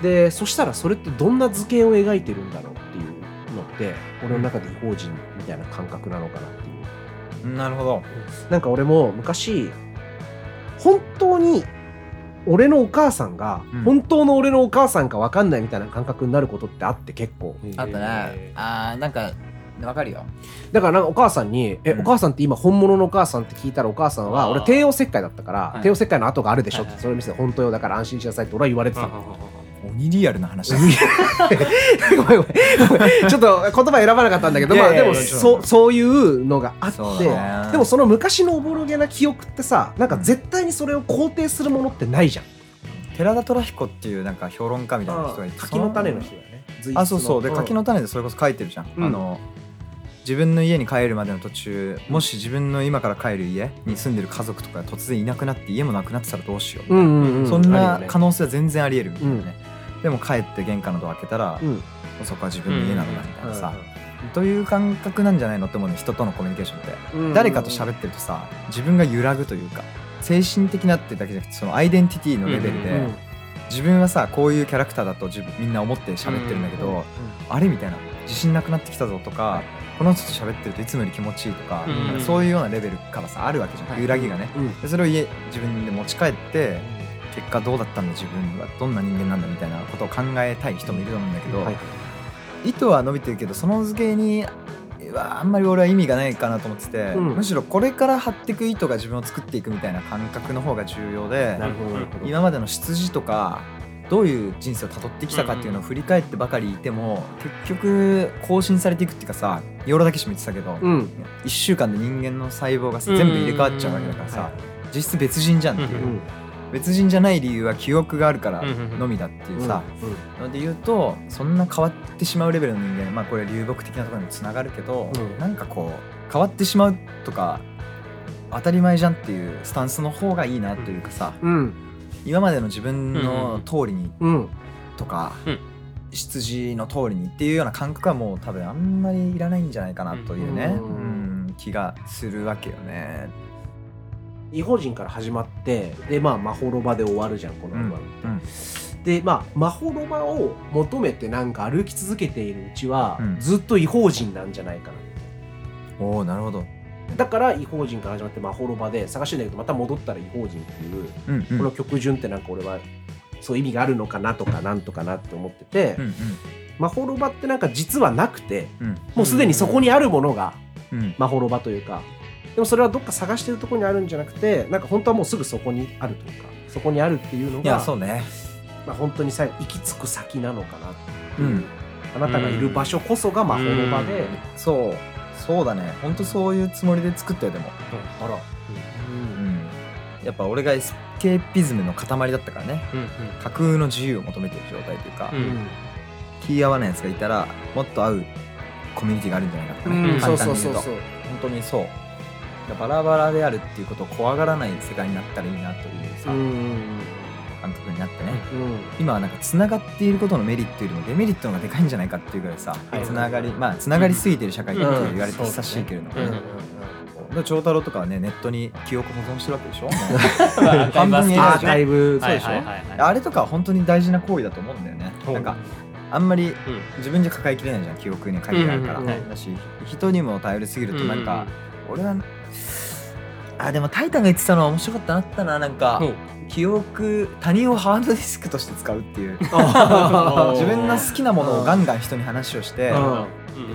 でそしたらそれってどんな図形を描いてるんだろうっていうのって俺の中で異邦人みたいな感覚なのかなっていう
うんなるほど
なんか俺も昔本当に俺のお母さんが、
うん
本当の俺のお母さんか分かんないみたいな感覚になることってあって結構
あったねあーなんかわかるよ
だからなんかお母さんに「え、
うん
お母さんって今本物のお母さん?」って聞いたらお母さんは
あー
俺帝王切開だったから、
はい
帝王切開の跡があるでしょって、
はいはい
それ見せて本当よだから安心しなさいって俺は言われてたの、
鬼リアルな話だ
ごめんごめんちょっと言葉選ばなかったんだけど、
い
まあ
やい
で
やいや
もそうそういうのがあって
そうだね
でもその昔のおぼろげな記憶ってさなんか絶対にそれを肯定するものってないじゃん
寺田虎彦っていうなんか評論家みたいな人がいて
柿の種の人だよね随筆
あそうそうで
ん
柿の種でそれこそ書いてるじゃん、
うん
あの自分の家に帰るまでの途中もし自分の今から帰る家に住んでる家族とかが突然いなくなって家もなくなってたらどうしよう、
うんうんうん
そん
あ
な
るよね
可能性は全然ありえるみたいなね、でも帰って玄関のドア開けたら、
うん
そこは自分の家なのだみたいなさ、
う
という感覚なんじゃないのって思うね人とのコミュニケーションって、
んうん
誰かと喋ってるとさ自分が揺らぐというか精神的なってだけじゃなくてそのアイデンティティのレベルで、
うんうん
自分はさこういうキャラクターだと自分みんな思って喋ってるんだけど、あれみたいな自信なくなってきたぞとかこの人と喋ってるといつもより気持ちいいとか,、
うん
そういうようなレベルからさあるわけじゃん、
はい
揺らぎがね、
うん
でそれを家自分で持ち帰って結果どうだったんだ自分はどんな人間なんだみたいなことを考えたい人もいると思うんだけど、
はい
糸は伸びてるけどその図形にはあんまり俺は意味がないかなと思ってて、
うん
むしろこれから張っていく糸が自分を作っていくみたいな感覚の方が重要で
なるほどなるほど
今までの出自とかどういう人生をたどってきたかっていうのを振り返ってばかりいても結局更新されていくっていうかさヨロだけしも言ってたけど、
うん
1週間で人間の細胞がさ全部入れ替わっちゃうわけだからさ実質別人じゃんっていう
うんん
うん
別人じゃない理由は記憶があるから
うんうんうん
のみだっていうさ
うん
ので言うとそんな変わってしまうレベルの人間まあこれ流木的なところにもつながるけど、
うん
なんかこう変わってしまうとか当たり前じゃんっていうスタンスの方がいいなというかさ、
うん
今までの自分の通りに
うん
とか、
うん
出自の通りにっていうような感覚はもう多分あんまりいらないんじゃないかなというね、
うん
うん気がするわけよね。
違法人から始まってでまあまほろばで終わるじゃんこのアルバムって、
うん
でまあまほろばを求めてなんか歩き続けているうちは、
うん
ずっと違法人なんじゃないかな
おーなるほど、
だから違法人から始まってまほろばで探してんだけどまた戻ったら違法人っていう
うんうん
この曲順ってなんか俺はそういう意味があるのかなとかなんとかなって思ってて、
うん
まほろばってなんか実はなくて
うん
もうすでにそこにあるものが
うんうん
まほろばというかでもそれはどっか探してるところにあるんじゃなくてなんか本当はもうすぐそこにあるというかそこにあるっていうの
いや
が
そうね
まあ、本当に最後行き着く先なのかなっていう、
うん
あなたがいる場所こそがまあ滅場で、
そうそうだねほんとそういうつもりで作ったよでも、
あら、
うん、やっぱ俺がエスケーピズムの塊だったからね架空の自由を求めてる状態というか、
う
うん
ん
気合わないやつがいたらもっと合うコミュニティがあるんじゃないかとか
うん
ね、
うん
そう
簡
そ
単
うそうう
に言と
そう
本当にそうバラバラであるっていうことを怖がらない世界になったらいいなというさ、
うんうん
感覚になってね
うん
今はなんかつながっていることのメリットよりもデメリットの方がでかいんじゃないかっていうぐらいさ、
はい
つながりまあつながりすぎてる社会って
うん
言われて久しいけれども、
うん
ねで長太郎とかはねネットに記憶保存してるわけでしょもう
半分
い
に
や
あ
い
ー
や
だいぶ
はい
そう
は
で
い
しょ
はいはい
あれとかは本当に大事な行為だと思うんだよね
ほう
なんかあんま
う
り
ん
自分じゃ抱えきれないじゃん記憶に限りあるから、
うんうんうん
だし人にも頼りすぎるとなんか、俺はあでも「タイタン」が言ってたのは面白かったなったななんか、
うん
記憶他人をハードディスクとして使うっていう
あ
自分の好きなものをガンガン人に話をして、
ー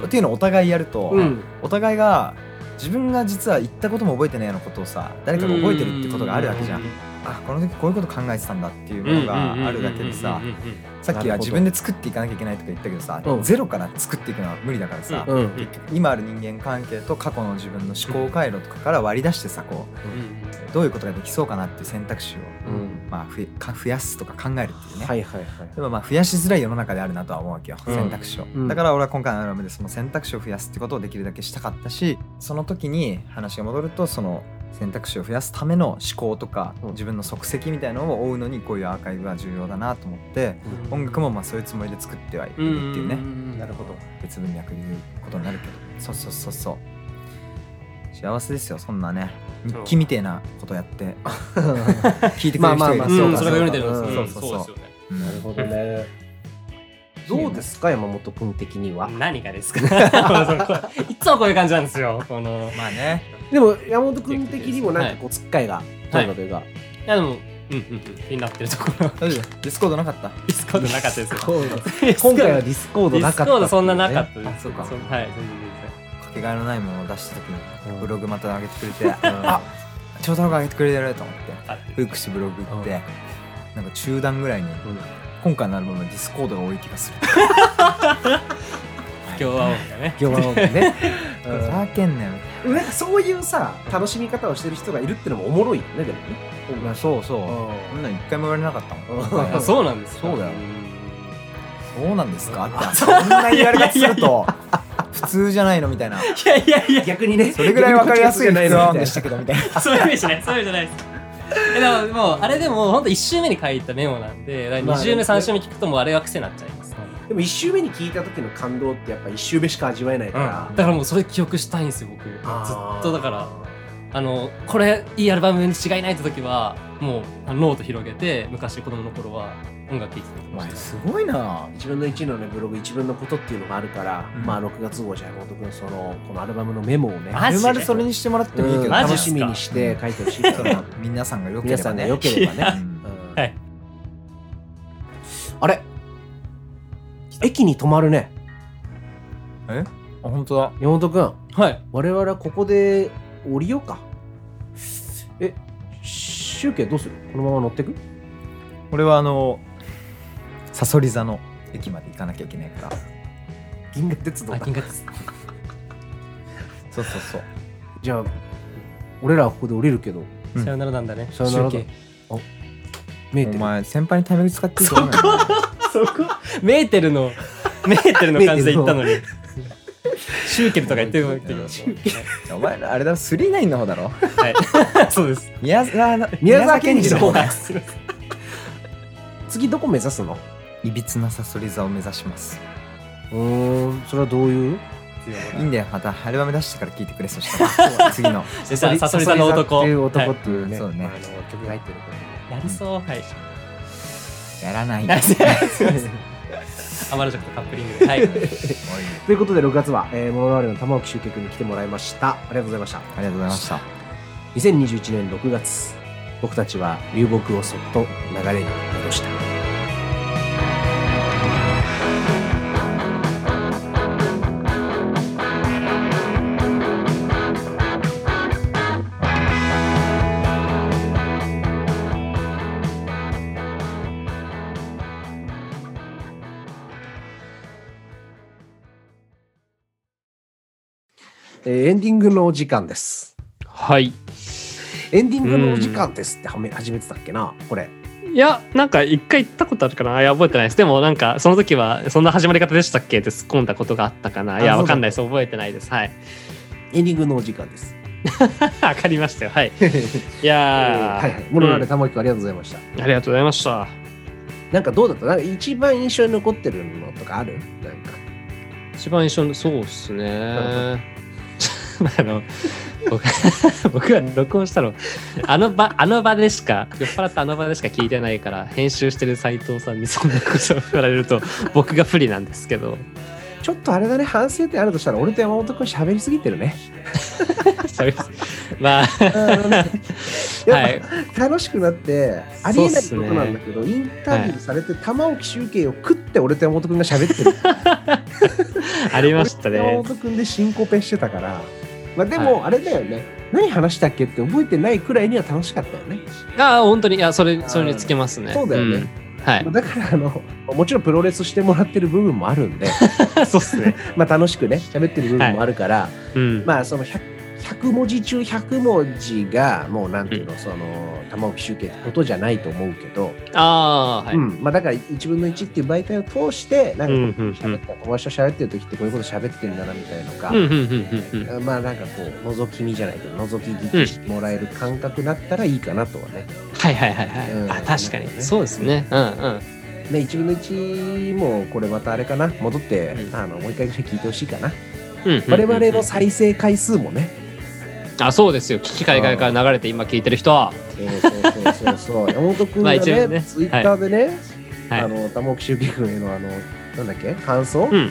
っていうのをお互いやると、
うん
お互いが自分が実は言ったことも覚えてないようなことをさ誰かが覚えてるってことがあるわけじゃんあこの時こういうこと考えてたんだっていうものがあるだけでささっき
なるほど
は自分で作っていかなきゃいけないとか言ったけどさ、
うん
ゼロから作っていくのは無理だからさ、
うん
今ある人間関係と過去の自分の思考回路とかから割り出してさこうどういうことができそうかなっていう選択肢を、
ん
まあ、ふえか増やすとか考えるっていうね、
はいはいはい
でもまあ増やしづらい世の中であるなとは思うわけよ、
うん
選択肢を、
うん
だから俺は今回のアルバムでその選択肢を増やすってことをできるだけしたかったしその時に話が戻るとその選択肢を増やすための思考とか、
うん
自分の足跡みたいのを追うのにこういうアーカイブは重要だなと思って、
う
音楽もまあそういうつもりで作ってはいるっていうね、なるほど別文脈で言うことになるけどそうそうそうそう幸せですよそんなね日記みてえなことやって聞いてくれ
まあ
る人がいる
まあまあ
うん、
そ
それ
う
が読め
かうか
てるん
う
で
ん
すよね。
そうそうそう
そうですよね。
うん
なるほどねどうですか山本君的には
何がですか そういつもこういう感じなんですよ。この
まあね
でも山本君的にもなんかこうつっかいが取れたというか、
いやでも、うんうんうん、気になってるところ、
大丈夫ディスコードなかった
ディスコードなかったですよ。
今回はディスコー
デ
ド
ィ
な
ス
か
コ
った
ードそんななかった
た
です。
そうか
はい、全然
かけがえのないものを出した時に、
うん
ブログまた上げてくれて、 あ長太郎が上げてくれてると思って
全然。あ
フックしてブログ行って、なんか中段ぐらいに、
ん
今回のアルバムはディスコードが多い気が する
今日は音がね。
業界の ね
ふざけんなよ
うんなんかそういうさ楽しみ方をしてる人がいるってのもおもろいよねでもね
まあそうそうそ
うん
な一回も言われなかったもん
うん
あそうなんですか
そうだよ
ん
そうなんですかってそんな言われ方すると普通じゃないのみたいない
やいやいや、
逆にね
それぐらいわかりやすい
逆に
質
こっちが
問で
普通
したけどみたいな
そういう意味じゃない、そういう意味じゃないです。えでももうあれでも本当1周目に書いたメモなんでだから2周目
まあ
3
ね
周目聞くともうあれは癖になっちゃいます、
でも1周目に聞いた時の感動ってやっぱ1周目しか味わえないから、
だからもうそれ記憶したいんですよ僕ずっとだからあのこれいいアルバムに違いないって時はもうあのノート広げて昔子供の頃は音楽聴いて
お
ま
前
した
すごいな
1分の1のねブログ1分のことっていうのがあるから、
うん
まあ6月号じゃ山本君そのこのアルバムのメモをね
マジで
まるそれにしてもらってもいいけ
う
ど
ん
マジ
楽
っす
し
か
みにして書いてほしいか
そ
ら
の皆さんが良けれ
皆さ
ば
んが
ね
良ければ ね、
うん
うん
はい
あれ駅に止まるね
あ本当だ
山本君
はい
我々はここで降りようかえ集計どうするこのまま乗ってく
俺はあのサソリ座の駅まで行かなきゃいけないから
銀河鉄道
あ
だ
金額です
そうそうそう
じゃあ俺らはここで降りるけど
うん
さよならなんだね
さよならだ
集計
見えて
お
る
前先輩にタメ口使ってるじゃないの
そこメーテルのメーテルの感じで言ったのにシューケルとか言ってもらって
シお前らあれだろ39の方だろ
はいそうです
宮沢の
宮沢賢治の方
宮沢
が次どこ目指すの
いびつなサソリ座を目指します
うーんそれはどういう
いいんだよまたアルバム出してから聞いてくれそした ら次の
でさサソリ座の男
っていう男
は
っていうね,、
はいそうね
あの曲が入ってるから
いやりそうはい
やら ない
アマルジョクとカップリングではい
おい
ということで6月は、えー、モノラルの玉置周慶君に来てもらいましたありがとうございました
ありがとうございました
2021年6月僕たちは流木をそっと流れに戻したえーエンディングのお時間です。
はい
エンディングのお時間ですってはめ始めてたっけなこれ。
いやなんか一回行ったことあるかないや覚えてないですでもなんかその時はそんな始まり方でしたっけって突っ込んだことがあったかない
あ
や
そうだ
わかんないです覚えてないですはい
エンディングのお時間です。
わかりましたよ はいい
は
やー、
いはい。モノラ
う
ル
ん
玉置君ありがとうございました。
ありがとうございました
なんかどうだったなんか一番印象に残ってるのとかあるなんか。
一番印象のそうですね
な
あの僕 僕は録音したのあの場あの場でしか酔っ払ったあの場でしか聞いてないから編集してる斉藤さんにそんなことを振られると僕が不利なんですけど
ちょっとあれだね、反省点あるとしたら、俺と山本君喋りすぎ てるね。
喋りまあは
やっ
い
ぱ楽しくなって、ありえないこと
そうっすね
なんだけど、インタビューされて、玉置集計を食って俺と山本君が喋ってる。
ありました
俺
ね
と山本君でシンコペしてたから、まあ、でも、あれだよね。何話したっけって覚えてないくらいには楽しかったよね。
ああ、本当に、いや、それ、それにつけますね。
そうだよね
うん。はい
まあ、だから、あの、もちろんプロレスしてもらってる部分もある んで、。
そうっすね。
まあ、楽しくね、喋ってる部分もあるから、
うん。
まあ、その 100, 100文字中100文字が、もう、なんていうの、その、玉置集計ってことじゃないと思うけど、
ああ、はい。
うんまあ、だから1分の1っていう媒体を通して、なんかこう
うんうんうん
喋った、友達と喋ってる時ってこういうこと喋ってんだなみたいなのか、
うんうんうんうんうん。
まあなんかこう覗き見じゃないけど覗き聞きしてもらえる感覚だったらいいかなとはね,、
はいはいはいはい。
うん
あ、確かに
なんか。ね
そうですね。うんうん。
ね1分の1もこれまたあれかな戻って、
うん
あのもう一回ぐらい聞いてほしいかな、
うん
我々
うんうん
の再生回数もね、
あそうですよ聞き海外から流れて今聞いてる人は
そうそうそうそう山本君が
まあ一
ね,、
応ね
ツイッターでね、
はい
あの玉置周樹君へのあのなんだっけ感
ん
想、お便り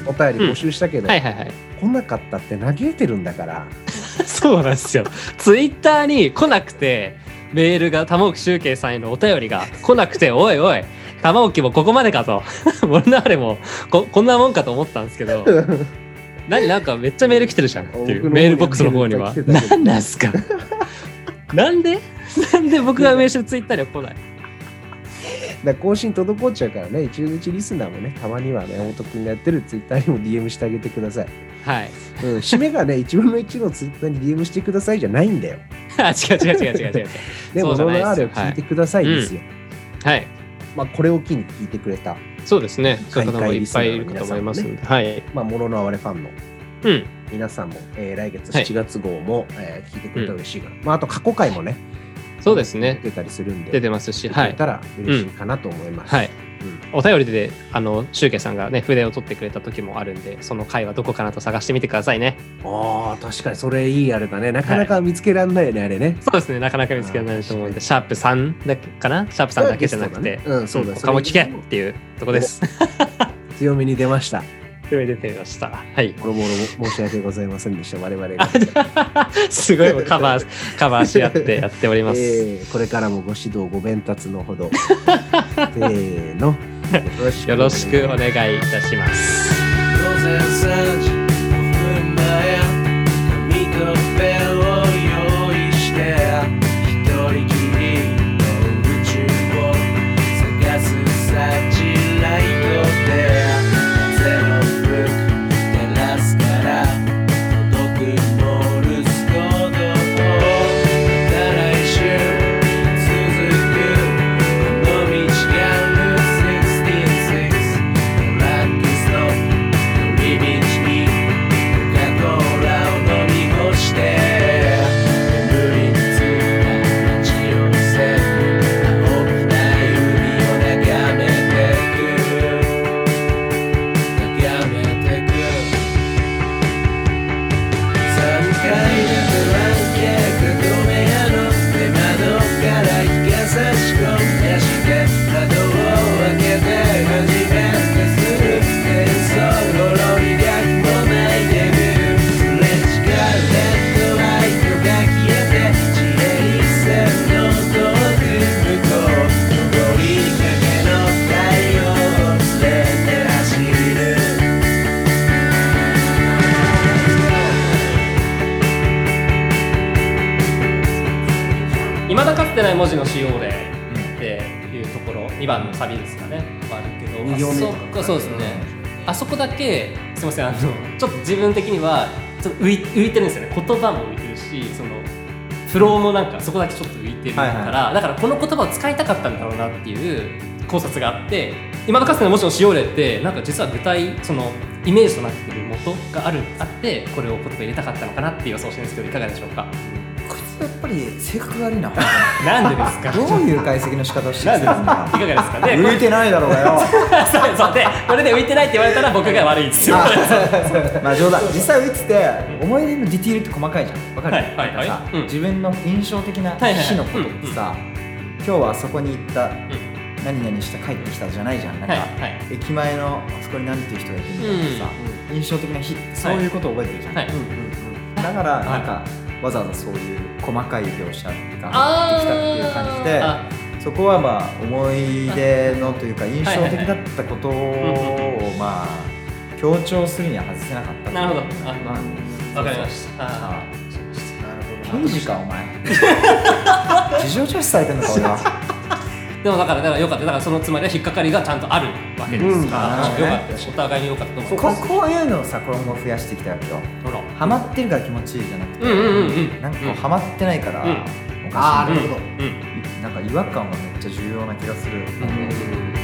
募集したけど、
はいはいはい
来なかったって嘆いてるんだから
そうなんですよツイッターに来なくてメールが玉置周慶さんへのお便りが来なくておいおい玉置もここまでかと 俺のあれもここんなもんかと思ったんですけど何なんかめっちゃメール来てるじゃんっていう
僕の方には
メールボックスの方には
メールが来てたけど
何なんすかなんでなんで僕が名刺でツイッターには来ない
だから更新滞っちゃうからね、一日リスナーもね、たまにはね、山本君がやってるツイッターにも DM してあげてください。
はい
うん、締めがね、1分の1のツイッターに DM してくださいじゃないんだよ。
あ違う違う違う違う違う違う
で
そう
も、
じ
そ
ゃ
の
ないですよ
あれを聞いてくださいですよ。
はい
まあ、これを機に聞いてくれた、
そうですね。そういう方
海
も
外
い
リ
っ
スナ
ぱい
ー
い
の
る
皆
と
さ
思
ん
い
もね
ますので、はい。
まあ、もののあわれファンの
うん。
皆さんも、えー来月
はい
7月号も、えー聞いてくれたら嬉しいかな。まあ、あと過去回もね、
そうですね。
出たりするんで、
出てますし、
聞いてく
は
れ
い。
たら嬉しいかなと思います。
はい。
うん
お便りで、あの、シュウケイさんがね、筆を取ってくれた時もあるんで、その回はどこかなと探してみてくださいね。
ああ、確かにそれいいあれだね。なかなか見つけられないよね、あれね。
そうですね。なかなか見つけられないと思うんで、シャープ3だけかなシャープ3だけじゃなくて、
うん、そうだ、
他も聞けっていうとこです。
強めに出ました。
上出てみました。はい。
もろもろ申し訳ございませんでした、我々が。
すごいもうカバ ー、カバーし合ってやっております。
えーこれからもご指導ご鞭達の ほど、せーの、
よろしくお願いいたします。いまだかつてない文字の使用例っていうところ2番のサビですかねあるけど
二行目
あそこそうですねあそこだけすいませんあのちょっと自分的にはちょっと浮い浮いてるんですよね言葉も浮いてるしそのフローもなんかそこだけちょっと浮いてるから、
はい
だからこの言葉を使いたかったんだろうなっていう考察があって今のかつての文字の使用例ってなんか実は具体そのイメージとなってる元があるあってこれを言葉入れたかったのかなっていう予想してるんですけどいかがでしょうか
こいつやっぱり性格が悪いな
なんでですか
どういう解析の仕方をしてきてるん だ
いかがですかね
浮いてないだろうがよ
そうそうでこれで浮いてないって言われたら僕が悪いんですよ。
あ
は
まあ冗談実際浮いてて思い出のディティールって細かいじゃんわかる、
はいはいはい
なんかさ
うん
自分の印象的な
はいはい
日のことってさ、今日はあそこに行った、
ん
何々して帰ってきたじゃないじゃんなん か、
はい
駅前のあそこに何ていう人がいるみたいなさ、印象的な日ってそういうことを覚えてるじゃん、
はい
うんうんうんだからなんか、わざわざそういう細かい描写が入ってきたっていう感じで
あ
そこはまあ思い出のというか印象的だったことをまあ強調するには外せなかった
なるほど
あ
あわかりました。あー
刑事かお前 事情聴取されてんのか俺は
でもだからだからよかっただからそのつまりは引っかかりがちゃんとあるわけですから、
うん
よかったですお互いによかったと思い
こ
ます
こういうのをさ今後増やしていきたいわけよ
ほら
ハマってるから気持ちいいじゃなくて、
うんうんうんうん
なんかこうハマってないから、
うん
おかしいな
うん
なんか違和感はめっちゃ重要な気がする、
うん